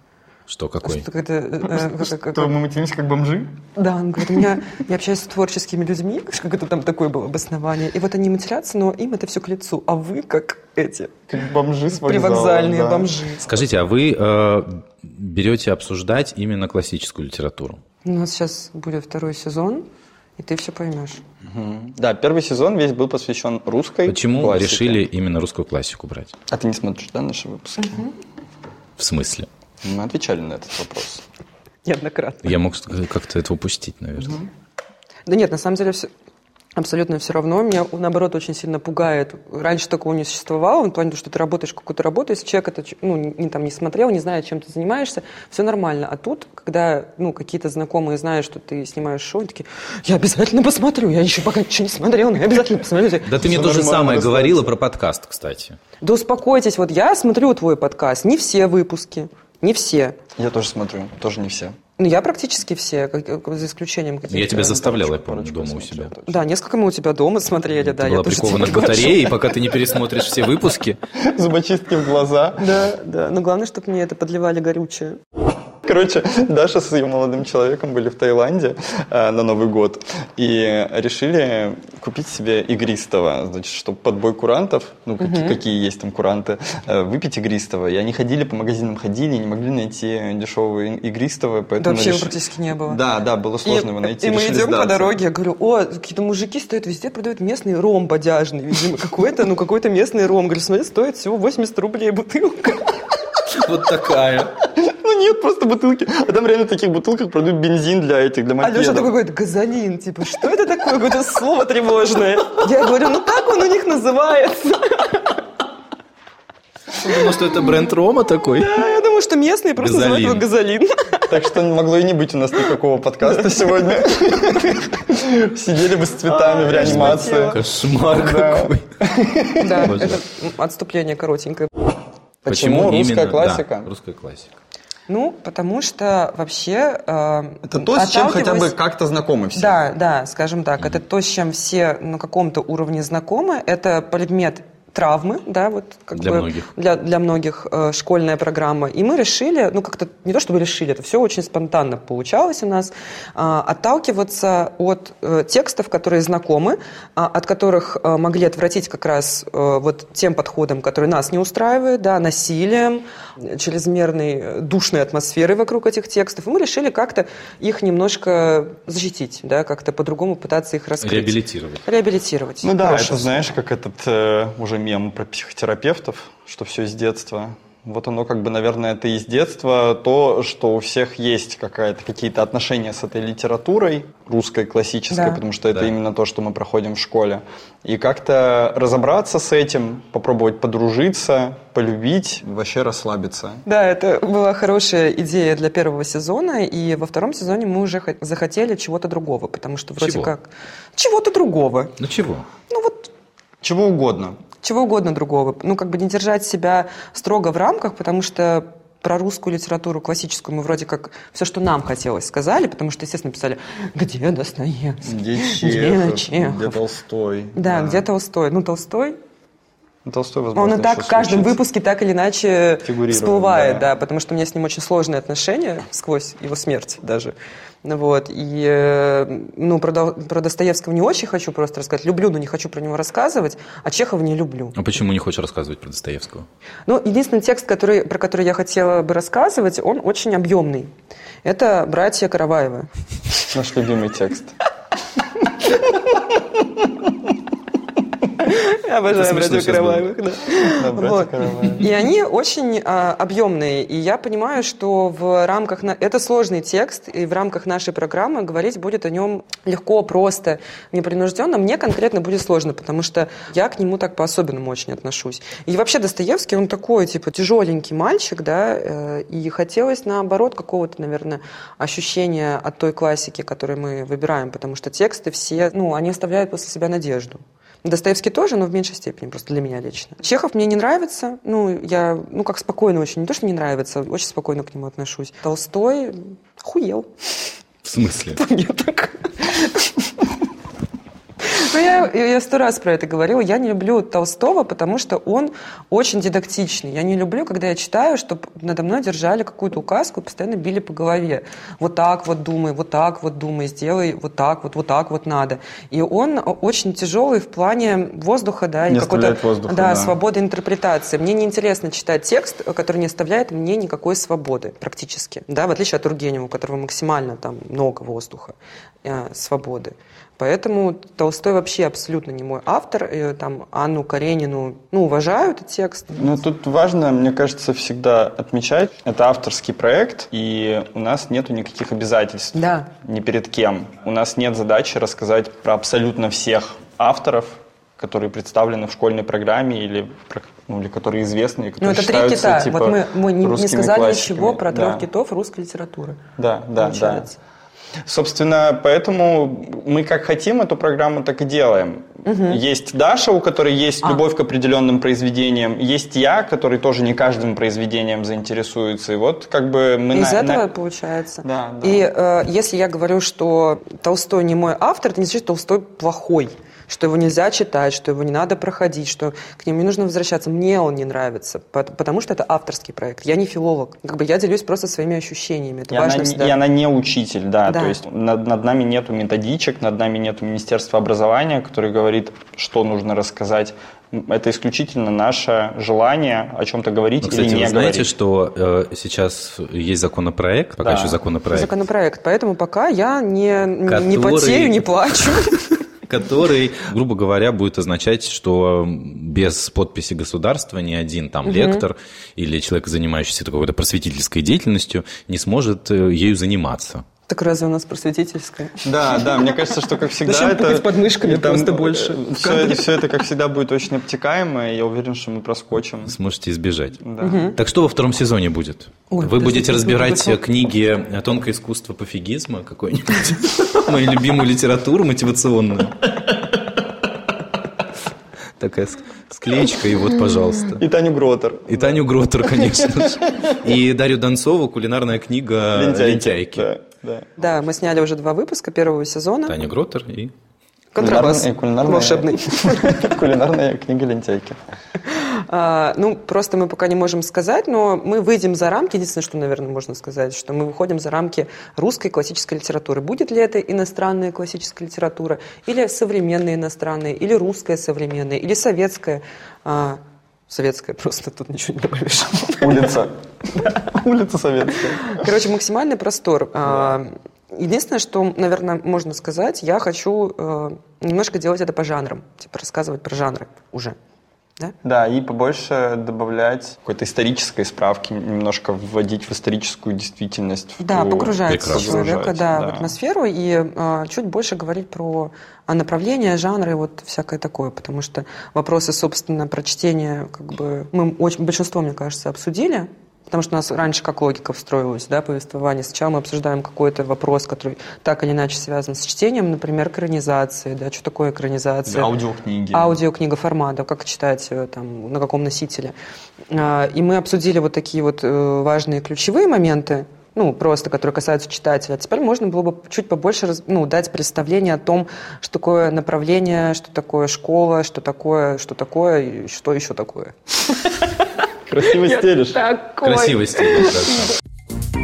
Speaker 4: Что какой?
Speaker 3: Что какая-то, э, как- как-
Speaker 1: Ну, мы материмся как бомжи?
Speaker 3: Да, он говорит, у меня, я общаюсь с творческими людьми, как это там такое было обоснование. И вот они матерятся, но им это все к лицу. А вы как эти
Speaker 1: Как бомжи с
Speaker 3: привокзальные бомжи.
Speaker 4: Скажите, а вы э, берете обсуждать именно классическую литературу?
Speaker 3: У нас сейчас будет второй сезон, и ты все поймешь.
Speaker 1: Да, первый сезон весь был посвящен русской
Speaker 4: Почему
Speaker 1: классике.
Speaker 4: решили именно русскую классику брать?
Speaker 1: А ты не смотришь, да, наши выпуски?
Speaker 4: В смысле?
Speaker 1: Мы отвечали на этот вопрос.
Speaker 3: Неоднократно.
Speaker 4: Я мог э, как-то это упустить, наверное.
Speaker 3: Да нет, на самом деле все, абсолютно все равно. Меня, наоборот, очень сильно пугает. Раньше такого не существовало, в плане, того, что ты работаешь какую-то работу, если человек это ну, не, там, не смотрел, не знает, чем ты занимаешься, все нормально. А тут, когда ну, какие-то знакомые знают, что ты снимаешь шоу, они такие, я обязательно посмотрю, я еще пока ничего не смотрел, но я обязательно посмотрю.
Speaker 4: Да ты мне
Speaker 1: Всё
Speaker 4: то же
Speaker 1: нормально,
Speaker 4: самое
Speaker 1: расслабься.
Speaker 4: говорила про подкаст, кстати.
Speaker 3: Да успокойтесь, вот я смотрю твой подкаст, не все выпуски, не все.
Speaker 1: Я тоже смотрю, тоже не все.
Speaker 3: Ну, я практически все, как- как- э, за исключением каких-то.
Speaker 4: Я тебя заставлял, я помню,
Speaker 1: Э, Парочку
Speaker 4: дома у
Speaker 1: посмотрел
Speaker 4: себя.
Speaker 1: точно.
Speaker 3: Да, несколько мы у тебя дома смотрели, да.
Speaker 4: Ты
Speaker 3: я
Speaker 4: была
Speaker 3: тоже
Speaker 4: прикована к
Speaker 3: тебе покажу.
Speaker 4: батарее, и пока ты не пересмотришь все выпуски, [LAUGHS]
Speaker 1: [LAUGHS] Зубочистки в глаза.
Speaker 3: Да, да. Но главное, чтобы мне это подливали горючее.
Speaker 1: Короче, Даша с ее молодым человеком были в Таиланде э, на Новый год и решили купить себе игристого, значит, чтобы под бой курантов, ну, какие, какие есть там куранты, э, выпить игристого. И они ходили по магазинам, ходили, не могли найти дешевого и- игристого,
Speaker 3: Да
Speaker 1: поэтому...
Speaker 3: вообще его
Speaker 1: реши-
Speaker 3: практически не было.
Speaker 1: Да, да, было сложно его найти.
Speaker 3: и мы
Speaker 1: решили
Speaker 3: идем по
Speaker 1: сдаться.
Speaker 3: дороге, я говорю, о, какие-то мужики стоят везде, продают местный ром бодяжный, видимо, какой-то, ну какой-то местный ром. Говорю, смотри, стоит всего 80 рублей бутылка.
Speaker 4: вот такая.
Speaker 1: [LAUGHS] Ну нет, просто бутылки. А там реально в таких бутылках продают бензин для этих, для
Speaker 3: А Леша
Speaker 1: мопедов.
Speaker 3: такой говорит, газолин, типа, что это такое? Какое-то слово тревожное. Я говорю, ну так он у них называется.
Speaker 4: Я думал, что это бренд Рома такой.
Speaker 3: А я думаю, что местные просто называют его газолин.
Speaker 1: Так что могло и не быть у нас никакого подкаста сегодня. Сидели бы с цветами в реанимации.
Speaker 4: Кошмар
Speaker 1: Да.
Speaker 4: какой.
Speaker 3: Да,
Speaker 4: Боже.
Speaker 3: это м, отступление коротенькое.
Speaker 1: Почему
Speaker 4: именно-
Speaker 1: русская
Speaker 4: да,
Speaker 1: классика?
Speaker 4: русская классика.
Speaker 3: Ну, потому что вообще... э,
Speaker 1: Это то, с чем хотя бы
Speaker 3: отталкиваясь-
Speaker 1: как-то знакомы все.
Speaker 3: Да, да, скажем так, это то, с чем все на каком-то уровне знакомы. Это предмет травмы, да, вот как
Speaker 4: Для
Speaker 3: бы
Speaker 4: многих.
Speaker 3: для, для многих э, школьная программа. И мы решили, ну как-то не то чтобы решили, это все очень спонтанно получалось у нас, а, отталкиваться от э, текстов, которые знакомы, а, от которых э, могли отвратить как раз э, вот тем подходом, который нас не устраивает, да, насилием, э, чрезмерной э, душной атмосферой вокруг этих текстов. И мы решили как-то их немножко защитить, да, как-то по-другому пытаться их раскрыть.
Speaker 4: Реабилитировать.
Speaker 3: Реабилитировать.
Speaker 1: Ну да,
Speaker 3: Хорошее
Speaker 1: это знаешь, как этот э, уже мем про психотерапевтов, что все с детства. Вот оно как бы, наверное, это из детства то, что у всех есть какая-то, какие-то отношения с этой литературой, русской, классической,
Speaker 3: Да.
Speaker 1: потому что это
Speaker 4: Да.
Speaker 1: именно то, что мы проходим в школе. И как-то разобраться с этим, попробовать подружиться, полюбить, вообще расслабиться.
Speaker 3: Да, это была хорошая идея для первого сезона, и во втором сезоне мы уже хо- захотели чего-то другого, потому что вроде
Speaker 4: Чего?
Speaker 3: как... Чего-то другого.
Speaker 4: Ну чего?
Speaker 3: Ну вот
Speaker 1: Чего угодно.
Speaker 3: чего угодно другого. Ну, как бы не держать себя строго в рамках, потому что про русскую литературу классическую мы вроде как все, что нам хотелось, сказали, потому что, естественно, писали «Где Достоевский?»
Speaker 1: Где
Speaker 3: Где
Speaker 1: Чехов,
Speaker 3: Чехов?
Speaker 1: где Толстой.
Speaker 3: Да, где Толстой? Ну, Толстой,
Speaker 1: Ну, Толстой, возможно,
Speaker 3: он и так
Speaker 1: еще
Speaker 3: в каждом
Speaker 1: случится.
Speaker 3: выпуске так или иначе
Speaker 1: Фигурирует,
Speaker 3: всплывает,
Speaker 1: да.
Speaker 3: да. потому что у меня с ним очень сложные отношения, сквозь его смерть даже. Ну Вот, и, э, ну, про, До- про Достоевского не очень хочу просто рассказать, люблю, но не хочу про него рассказывать, а Чехова не люблю.
Speaker 4: А почему не хочешь рассказывать про Достоевского?
Speaker 3: Ну, единственный текст, который, про который я хотела бы рассказывать, он очень объемный. Это «Братья Караваевы».
Speaker 1: Наш любимый текст.
Speaker 3: Я обожаю
Speaker 4: Это смешно
Speaker 3: «Братьев
Speaker 4: сейчас было.
Speaker 3: Караваевых», да.
Speaker 1: Да, братья
Speaker 3: Вот.
Speaker 1: Караваевы.
Speaker 3: И они очень а, объемные. И я понимаю, что в рамках... на- Это сложный текст, и в рамках нашей программы говорить будет о нем легко, просто, непринужденно. Мне конкретно будет сложно, потому что я к нему так по-особенному очень отношусь. И вообще Достоевский, он такой, типа, тяжеленький мальчик, да, э, и хотелось, наоборот, какого-то, наверное, ощущения от той классики, которую мы выбираем, потому что тексты все, ну, они оставляют после себя надежду. Достоевский тоже, но в меньшей степени, просто для меня лично. Чехов мне не нравится, ну, я, ну, как спокойно очень, не то, что не нравится, очень спокойно к нему отношусь. Толстой м, охуел.
Speaker 4: В смысле?
Speaker 3: Мне так. Ну, я, я сто раз про это говорила. Я не люблю Толстого, потому что он очень дидактичный. Я не люблю, когда я читаю, что надо мной держали какую-то указку и постоянно били по голове. Вот так вот думай, вот так вот думай, сделай вот так вот, вот так вот надо. И он э, очень тяжелый в плане воздуха, да, и
Speaker 1: Не
Speaker 3: какой-то
Speaker 1: оставляет воздуха,
Speaker 3: да,
Speaker 1: да.
Speaker 3: свободы интерпретации. Мне неинтересно читать текст, который не оставляет мне никакой свободы практически, да, в отличие от Тургенева, у которого максимально там много воздуха, э, свободы. Поэтому Толстой вообще абсолютно не мой автор. Э, Там Анну Каренину, ну, уважаю этот текст.
Speaker 1: Ну, тут важно, мне кажется, всегда отмечать, это авторский проект, и у нас нету никаких обязательств
Speaker 3: Да.
Speaker 1: ни перед кем. У нас нет задачи рассказать про абсолютно всех авторов, которые представлены в школьной программе или, про- ну, или которые известны, и
Speaker 3: Ну,
Speaker 1: которые
Speaker 3: это три
Speaker 1: считаются,
Speaker 3: кита.
Speaker 1: типа,
Speaker 3: вот мы, мы не, не
Speaker 1: русскими
Speaker 3: сказали
Speaker 1: классиками.
Speaker 3: ничего про
Speaker 1: Да.
Speaker 3: трех китов русской литературы.
Speaker 1: Да, да, да.
Speaker 3: получается.
Speaker 1: Собственно, поэтому мы как хотим эту программу, так и делаем. Есть Даша, у которой есть
Speaker 3: А.
Speaker 1: любовь к определенным произведениям, есть я, который тоже не каждым произведением заинтересуется. И вот как бы мы...
Speaker 3: Из
Speaker 1: на-
Speaker 3: этого
Speaker 1: на-
Speaker 3: получается.
Speaker 1: Да, да.
Speaker 3: И э, если я говорю, что Толстой не мой автор, это не значит, что Толстой плохой, что его нельзя читать, что его не надо проходить, что к нему не нужно возвращаться. Мне он не нравится, пот- потому что это авторский проект. Я не филолог. Как бы я делюсь просто своими ощущениями. Это
Speaker 1: И она,
Speaker 3: важно
Speaker 1: не-
Speaker 3: всегда.
Speaker 1: и она не учитель, да.
Speaker 3: Да.
Speaker 1: То есть над, над нами нету методичек, над нами нету Министерства образования, которое говорит, что нужно рассказать. М, Это исключительно наше желание о чем-то говорить
Speaker 4: Ну, кстати,
Speaker 1: или не
Speaker 4: вы знаете,
Speaker 1: говорить.
Speaker 4: что э, сейчас есть законопроект, пока
Speaker 1: Да.
Speaker 4: еще законопроект,
Speaker 3: Законопроект. Поэтому пока я не, не
Speaker 4: Который-
Speaker 3: потею, не плачу.
Speaker 4: который, грубо говоря, будет означать, что без подписи государства ни один там лектор или человек, занимающийся какой-то просветительской деятельностью, не сможет э, ею заниматься.
Speaker 3: Так разве у нас просветительская?
Speaker 1: Да, да, мне кажется, что, как всегда,
Speaker 3: Зачем
Speaker 1: это...
Speaker 3: тыкать подмышками? Просто больше в
Speaker 1: Все, это, как всегда, будет очень обтекаемо, и я уверен, что мы проскочим.
Speaker 4: Сможете избежать.
Speaker 1: Да.
Speaker 4: Так что во втором сезоне будет?
Speaker 3: Ой,
Speaker 4: Вы
Speaker 3: подожди,
Speaker 4: будете
Speaker 3: я
Speaker 4: разбирать
Speaker 3: забыла.
Speaker 4: э, книги «Тонкое искусство пофигизма» какой-нибудь? [LAUGHS] Мою любимую литературу мотивационную. Такая с- склеечка, и вот, пожалуйста.
Speaker 1: И Таню Гротер.
Speaker 4: И Таню Гротер,
Speaker 1: [LAUGHS]
Speaker 4: конечно же. И Дарью Донцову «Кулинарная книга
Speaker 1: Лентяйки.
Speaker 4: э, лентяйки».
Speaker 1: Да, да.
Speaker 3: Да, мы сняли уже два выпуска первого сезона.
Speaker 4: Таня Гротер и...
Speaker 3: Контрабас.
Speaker 1: Кулинарная- кулинарная-
Speaker 3: Волшебный.
Speaker 1: [LAUGHS] Кулинарная книга лентяйки.
Speaker 3: А, Ну, просто мы пока не можем сказать, но мы выйдем за рамки. Единственное, что, наверное, можно сказать, что мы выходим за рамки русской классической литературы. Будет ли это иностранная классическая литература, или современная иностранная, или русская современная, или советская. А, Советская просто, тут ничего не добавишь.
Speaker 1: Улица. Улица советская.
Speaker 3: Короче, максимальный простор. А, Единственное, что, наверное, можно сказать, я хочу э, немножко делать это по жанрам, типа рассказывать про жанры уже. да?
Speaker 1: Да, и побольше добавлять какой-то исторической справки, немножко вводить в историческую действительность. в
Speaker 3: Да,
Speaker 1: ту-
Speaker 3: погружается
Speaker 4: прекрасно.
Speaker 1: Погружается,
Speaker 3: человека да,
Speaker 1: да.
Speaker 3: в атмосферу и э, чуть больше говорить про а, направления, жанры и вот всякое такое, потому что вопросы, собственно, прочтения, как бы мы очень большинство, мне кажется, обсудили. Потому что у нас раньше как логика встроилась, да, повествование. Сначала мы обсуждаем какой-то вопрос, который так или иначе связан с чтением, например, экранизации, да, что такое экранизация.
Speaker 1: Да, аудиокниги.
Speaker 3: Аудиокнига формата, как читать э, там, на каком носителе. А, И мы обсудили вот такие вот э, важные ключевые моменты, ну, просто, которые касаются читателя. А Теперь можно было бы чуть побольше раз- ну, дать представление о том, что такое направление, что такое школа, что такое, что такое, и что еще такое.
Speaker 1: Красиво стелишь.
Speaker 4: Красиво стиль. да.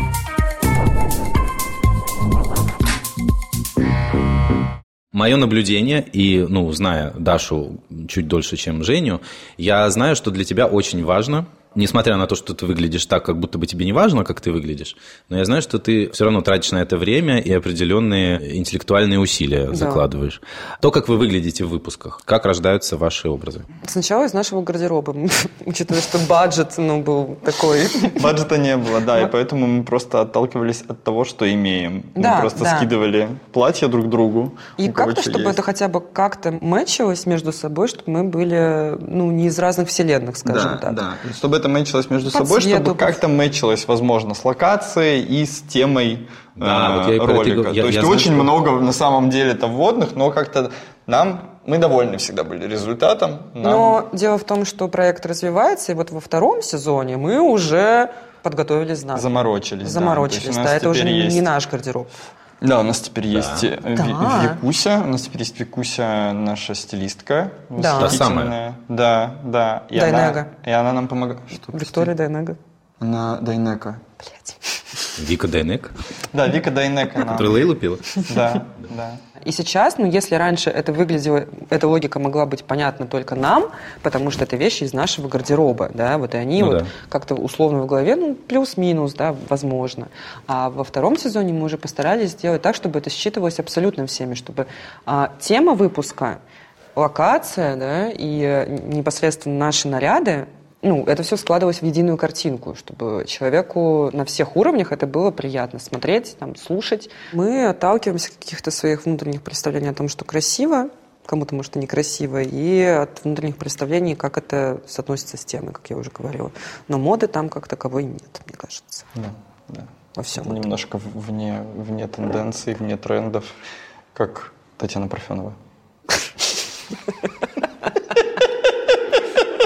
Speaker 4: Мое наблюдение, и, ну, зная Дашу чуть дольше, чем Женю, я знаю, что для тебя очень важно, несмотря на то, что ты выглядишь так, как будто бы тебе не важно, как ты выглядишь, но я знаю, что ты все равно тратишь на это время и определенные интеллектуальные усилия
Speaker 3: Да.
Speaker 4: закладываешь. То, как вы выглядите в выпусках, как рождаются ваши образы.
Speaker 3: Сначала из нашего гардероба, [LAUGHS] учитывая, что баджет, ну, был такой
Speaker 1: Баджета не было, да,
Speaker 3: Ну.
Speaker 1: и поэтому мы просто отталкивались от того, что имеем.
Speaker 3: Да,
Speaker 1: мы просто
Speaker 3: да.
Speaker 1: скидывали платья друг другу.
Speaker 3: И
Speaker 1: у кого
Speaker 3: как-то,
Speaker 1: чё
Speaker 3: чтобы
Speaker 1: Ну, есть.
Speaker 3: это хотя бы как-то мэчилось между собой, чтобы мы были, ну, не из разных вселенных, скажем
Speaker 1: Да,
Speaker 3: так.
Speaker 1: да. Чтобы это мэчилось между
Speaker 3: По
Speaker 1: собой,
Speaker 3: цвету,
Speaker 1: чтобы
Speaker 3: по-
Speaker 1: как-то мэчилось, возможно, с локацией и с темой
Speaker 4: Да,
Speaker 1: э,
Speaker 4: вот я и про это и
Speaker 1: ролика.
Speaker 4: говорю. Я-
Speaker 1: То есть
Speaker 4: я знаю,
Speaker 1: очень
Speaker 4: что-
Speaker 1: много на самом деле там вводных, но как-то нам мы довольны всегда были результатом. Нам-
Speaker 3: Но дело в том, что проект развивается, и вот во втором сезоне мы уже подготовили знак.
Speaker 1: заморочились.
Speaker 3: Заморочились,
Speaker 1: да,
Speaker 3: да,
Speaker 1: То есть
Speaker 3: это
Speaker 1: у нас
Speaker 3: уже
Speaker 1: теперь
Speaker 3: не,
Speaker 1: есть-
Speaker 3: не наш гардероб.
Speaker 1: Да, у нас теперь есть э, Ви-
Speaker 3: Да.
Speaker 1: Викуся, у нас теперь есть Викуся, наша стилистка.
Speaker 3: Да.
Speaker 1: восхитительная.
Speaker 4: Та самая.
Speaker 1: Да, да. И
Speaker 3: Дайнега.
Speaker 1: она, и она нам помогает. Что,
Speaker 3: Виктория Дайнега.
Speaker 1: прости? Она Дайнека.
Speaker 3: Блядь.
Speaker 4: Вика Дайнек,
Speaker 1: Да, Вика Дайнека. нам.
Speaker 4: которая Лейлу пила.
Speaker 1: Да, да.
Speaker 3: И сейчас, ну, если раньше это выглядело, эта логика могла быть понятна только нам, потому что это вещи из нашего гардероба, да, вот и они
Speaker 4: Ну
Speaker 3: вот
Speaker 4: да.
Speaker 3: как-то условно в голове, ну, плюс-минус, да, возможно. А во втором сезоне мы уже постарались сделать так, чтобы это считывалось абсолютно всеми, чтобы а, тема выпуска, локация, да, и э, непосредственно наши наряды, ну, это все складывалось в единую картинку, чтобы человеку на всех уровнях это было приятно смотреть, там, слушать. Мы отталкиваемся от каких-то своих внутренних представлений о том, что красиво, кому-то, может, и некрасиво, и от внутренних представлений, как это соотносится с темой, как я уже говорила. Но моды там как таковой нет, мне кажется,
Speaker 1: Да, да.
Speaker 3: во всем
Speaker 1: Это
Speaker 3: этом.
Speaker 1: немножко в- вне, вне тенденций, вне трендов, как Татьяна Парфенова.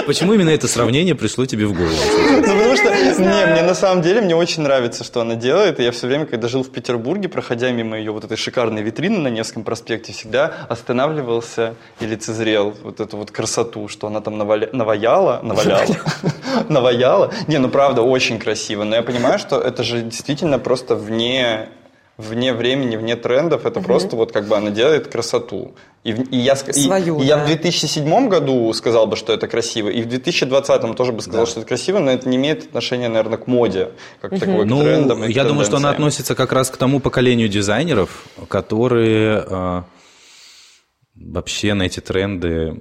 Speaker 4: Почему именно это сравнение пришло тебе в голову?
Speaker 1: Ну, [LAUGHS] потому что, не, мне на самом деле, мне очень нравится, что она делает, и я все время, когда жил в Петербурге, проходя мимо ее вот этой шикарной витрины на Невском проспекте, всегда останавливался и лицезрел вот эту вот красоту, что она там наваля- наваяла, наваляла, [LAUGHS] наваяла. Не, ну правда, очень красиво, но я понимаю, что это же действительно просто вне вне времени, вне трендов, это просто вот как бы она делает красоту. И, в- и я, ск- и-
Speaker 3: Свою,
Speaker 1: и я
Speaker 3: да.
Speaker 1: в 2007 году сказал бы, что это красиво, и в 2020 тоже бы сказал, что это красиво, но это не имеет отношения, наверное, к моде, как таковой, к трендам.
Speaker 4: Ну,
Speaker 1: и к
Speaker 4: я думаю, что она
Speaker 1: тенденциям.
Speaker 4: относится как раз к тому поколению дизайнеров, которые э, вообще на эти тренды...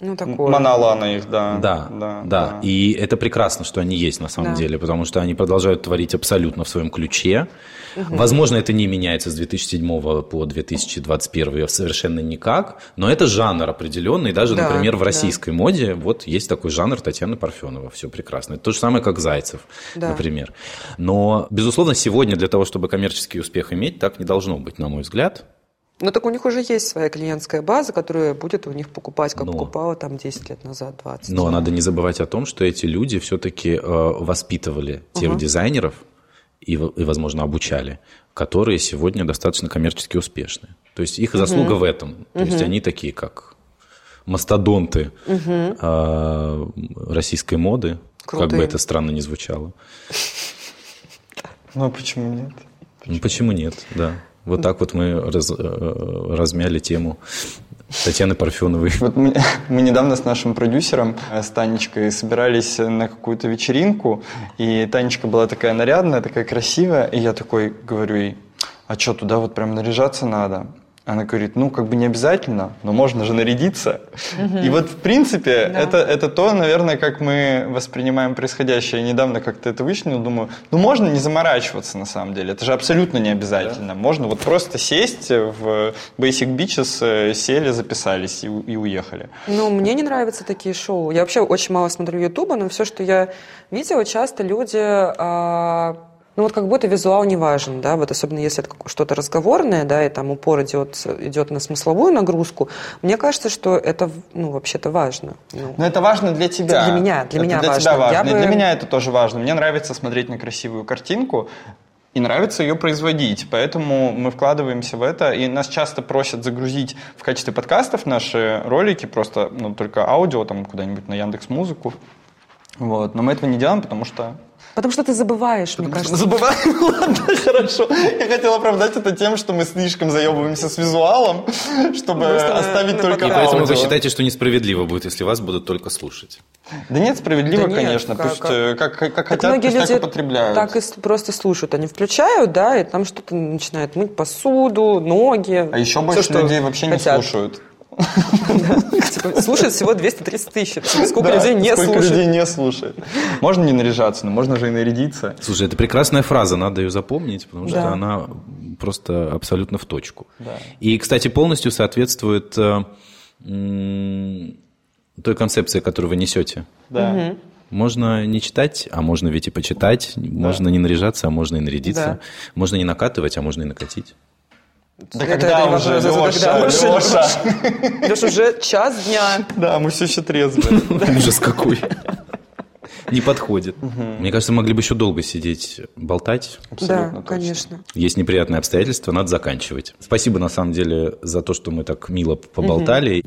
Speaker 3: Ну, такое.
Speaker 1: Монолана их, да.
Speaker 4: Да, да, И это прекрасно, что они есть на самом
Speaker 3: Да.
Speaker 4: деле, потому что они продолжают творить абсолютно в своем ключе. Возможно, это не меняется с 2007 по 2021 совершенно никак, но это жанр определенный. Даже,
Speaker 3: Да,
Speaker 4: например, в
Speaker 3: да.
Speaker 4: российской моде вот есть такой жанр Татьяны Парфенова. Все прекрасно. Это то же самое, как Зайцев,
Speaker 3: Да.
Speaker 4: например. например. Но, безусловно, сегодня для того, чтобы коммерческий успех иметь, так не должно быть, на мой взгляд.
Speaker 3: Но Ну, так у них уже есть своя клиентская база, которая будет у них покупать, как
Speaker 4: Но.
Speaker 3: покупала там 10 лет назад, 20.
Speaker 4: Но надо не забывать о том, что эти люди все-таки воспитывали тех
Speaker 3: Мгм.
Speaker 4: дизайнеров и, в- и, возможно, обучали, которые сегодня достаточно коммерчески успешны. То есть их заслуга в этом. То есть они такие, как мастодонты э, российской моды, как бы
Speaker 3: Крутые.
Speaker 4: это странно не звучало.
Speaker 1: Ну, а почему нет?
Speaker 4: Ну, Почему нет, да. Вот так вот мы раз- э, размяли тему Татьяны Парфеновой.
Speaker 1: Вот мы, [LAUGHS] мы недавно с нашим продюсером, э, с Танечкой, собирались на какую-то вечеринку, и Танечка была такая нарядная, такая красивая, и я такой говорю ей, а что, туда вот прям наряжаться надо? Она говорит, ну, как бы не обязательно, но можно же нарядиться. И вот, в принципе,
Speaker 3: Да.
Speaker 1: это, это то, наверное, как мы воспринимаем происходящее. Я недавно как-то это вычленил, думаю, ну, можно не заморачиваться, на самом деле. Это же абсолютно не обязательно. Можно вот просто сесть в Basic Beaches, э, сели, записались и, у- и уехали.
Speaker 3: Ну, мне не нравятся такие шоу. Я вообще очень мало смотрю Ютуба, но все, что я видела, часто люди... а, ну, вот как будто визуал не важен, да, вот особенно если это как- что-то разговорное, да, и там упор идет, идет на смысловую нагрузку. Мне кажется, что это, ну, вообще-то важно. Ну,
Speaker 1: Но это важно для тебя.
Speaker 3: Для меня,
Speaker 1: Это
Speaker 3: для меня
Speaker 1: для
Speaker 3: важно.
Speaker 1: тебя
Speaker 3: Я
Speaker 1: важно. И
Speaker 3: бы-
Speaker 1: для меня это тоже важно. Мне нравится смотреть на красивую картинку, и нравится ее производить. Поэтому мы вкладываемся в это. И нас часто просят загрузить в качестве подкастов наши ролики, просто ну, только аудио, там куда-нибудь на Яндекс Музыку. Вот. Но мы этого не делаем, потому что...
Speaker 3: потому что ты забываешь, мне
Speaker 1: потому что
Speaker 3: кажется.
Speaker 1: мы забываем. [LAUGHS] Ладно, хорошо. Я хотел оправдать это тем, что мы слишком заебываемся с визуалом, чтобы
Speaker 3: Просто на-
Speaker 1: оставить
Speaker 3: на
Speaker 1: только
Speaker 3: подкаст.
Speaker 1: аудио.
Speaker 3: И
Speaker 5: Поэтому вы считаете, что несправедливо будет, если вас будут только слушать.
Speaker 1: Да нет, справедливо,
Speaker 3: Да нет,
Speaker 1: конечно.
Speaker 3: как-
Speaker 1: пусть э, как, как, как
Speaker 3: Так
Speaker 1: хотят, пусть так и потребляют.
Speaker 3: так и с- просто слушают. Они включают, да, и там что-то начинают мыть посуду, ноги.
Speaker 1: А еще
Speaker 3: всё,
Speaker 1: больше
Speaker 3: что
Speaker 1: людей вообще не
Speaker 3: хотят.
Speaker 1: слушают.
Speaker 3: Типа, Слушают всего
Speaker 1: [LAUGHS]
Speaker 3: 230 тысяч. Сколько
Speaker 1: Да,
Speaker 3: людей не
Speaker 1: сколько
Speaker 3: слушают.
Speaker 1: людей не слушает. Можно не наряжаться, но можно же и нарядиться.
Speaker 4: Слушай, это прекрасная фраза, надо ее запомнить, потому
Speaker 3: Да.
Speaker 4: что она просто абсолютно в точку.
Speaker 1: Да.
Speaker 4: И, кстати, полностью соответствует э, м, той концепции, которую вы несете.
Speaker 1: Да.
Speaker 4: Можно не читать, а можно ведь и почитать. Можно не наряжаться, а можно и нарядиться.
Speaker 3: Да.
Speaker 4: Можно не накатывать, а можно и
Speaker 3: [LAUGHS]
Speaker 4: накатить.
Speaker 1: Да
Speaker 3: Это-
Speaker 1: когда
Speaker 3: это
Speaker 1: уже,
Speaker 3: вопрос, это
Speaker 1: Леша,
Speaker 3: когда уже,
Speaker 1: Леша.
Speaker 3: Лёш, уже час дня.
Speaker 1: Да, мы все еще трезвы.
Speaker 4: Ужас
Speaker 3: [LAUGHS]
Speaker 4: какой. Не подходит. Мне кажется, могли бы еще долго сидеть, болтать.
Speaker 1: Абсолютно
Speaker 3: да,
Speaker 1: точно.
Speaker 3: конечно.
Speaker 4: Есть неприятные обстоятельства, надо заканчивать. Спасибо, на самом деле, за то, что мы так мило поболтали.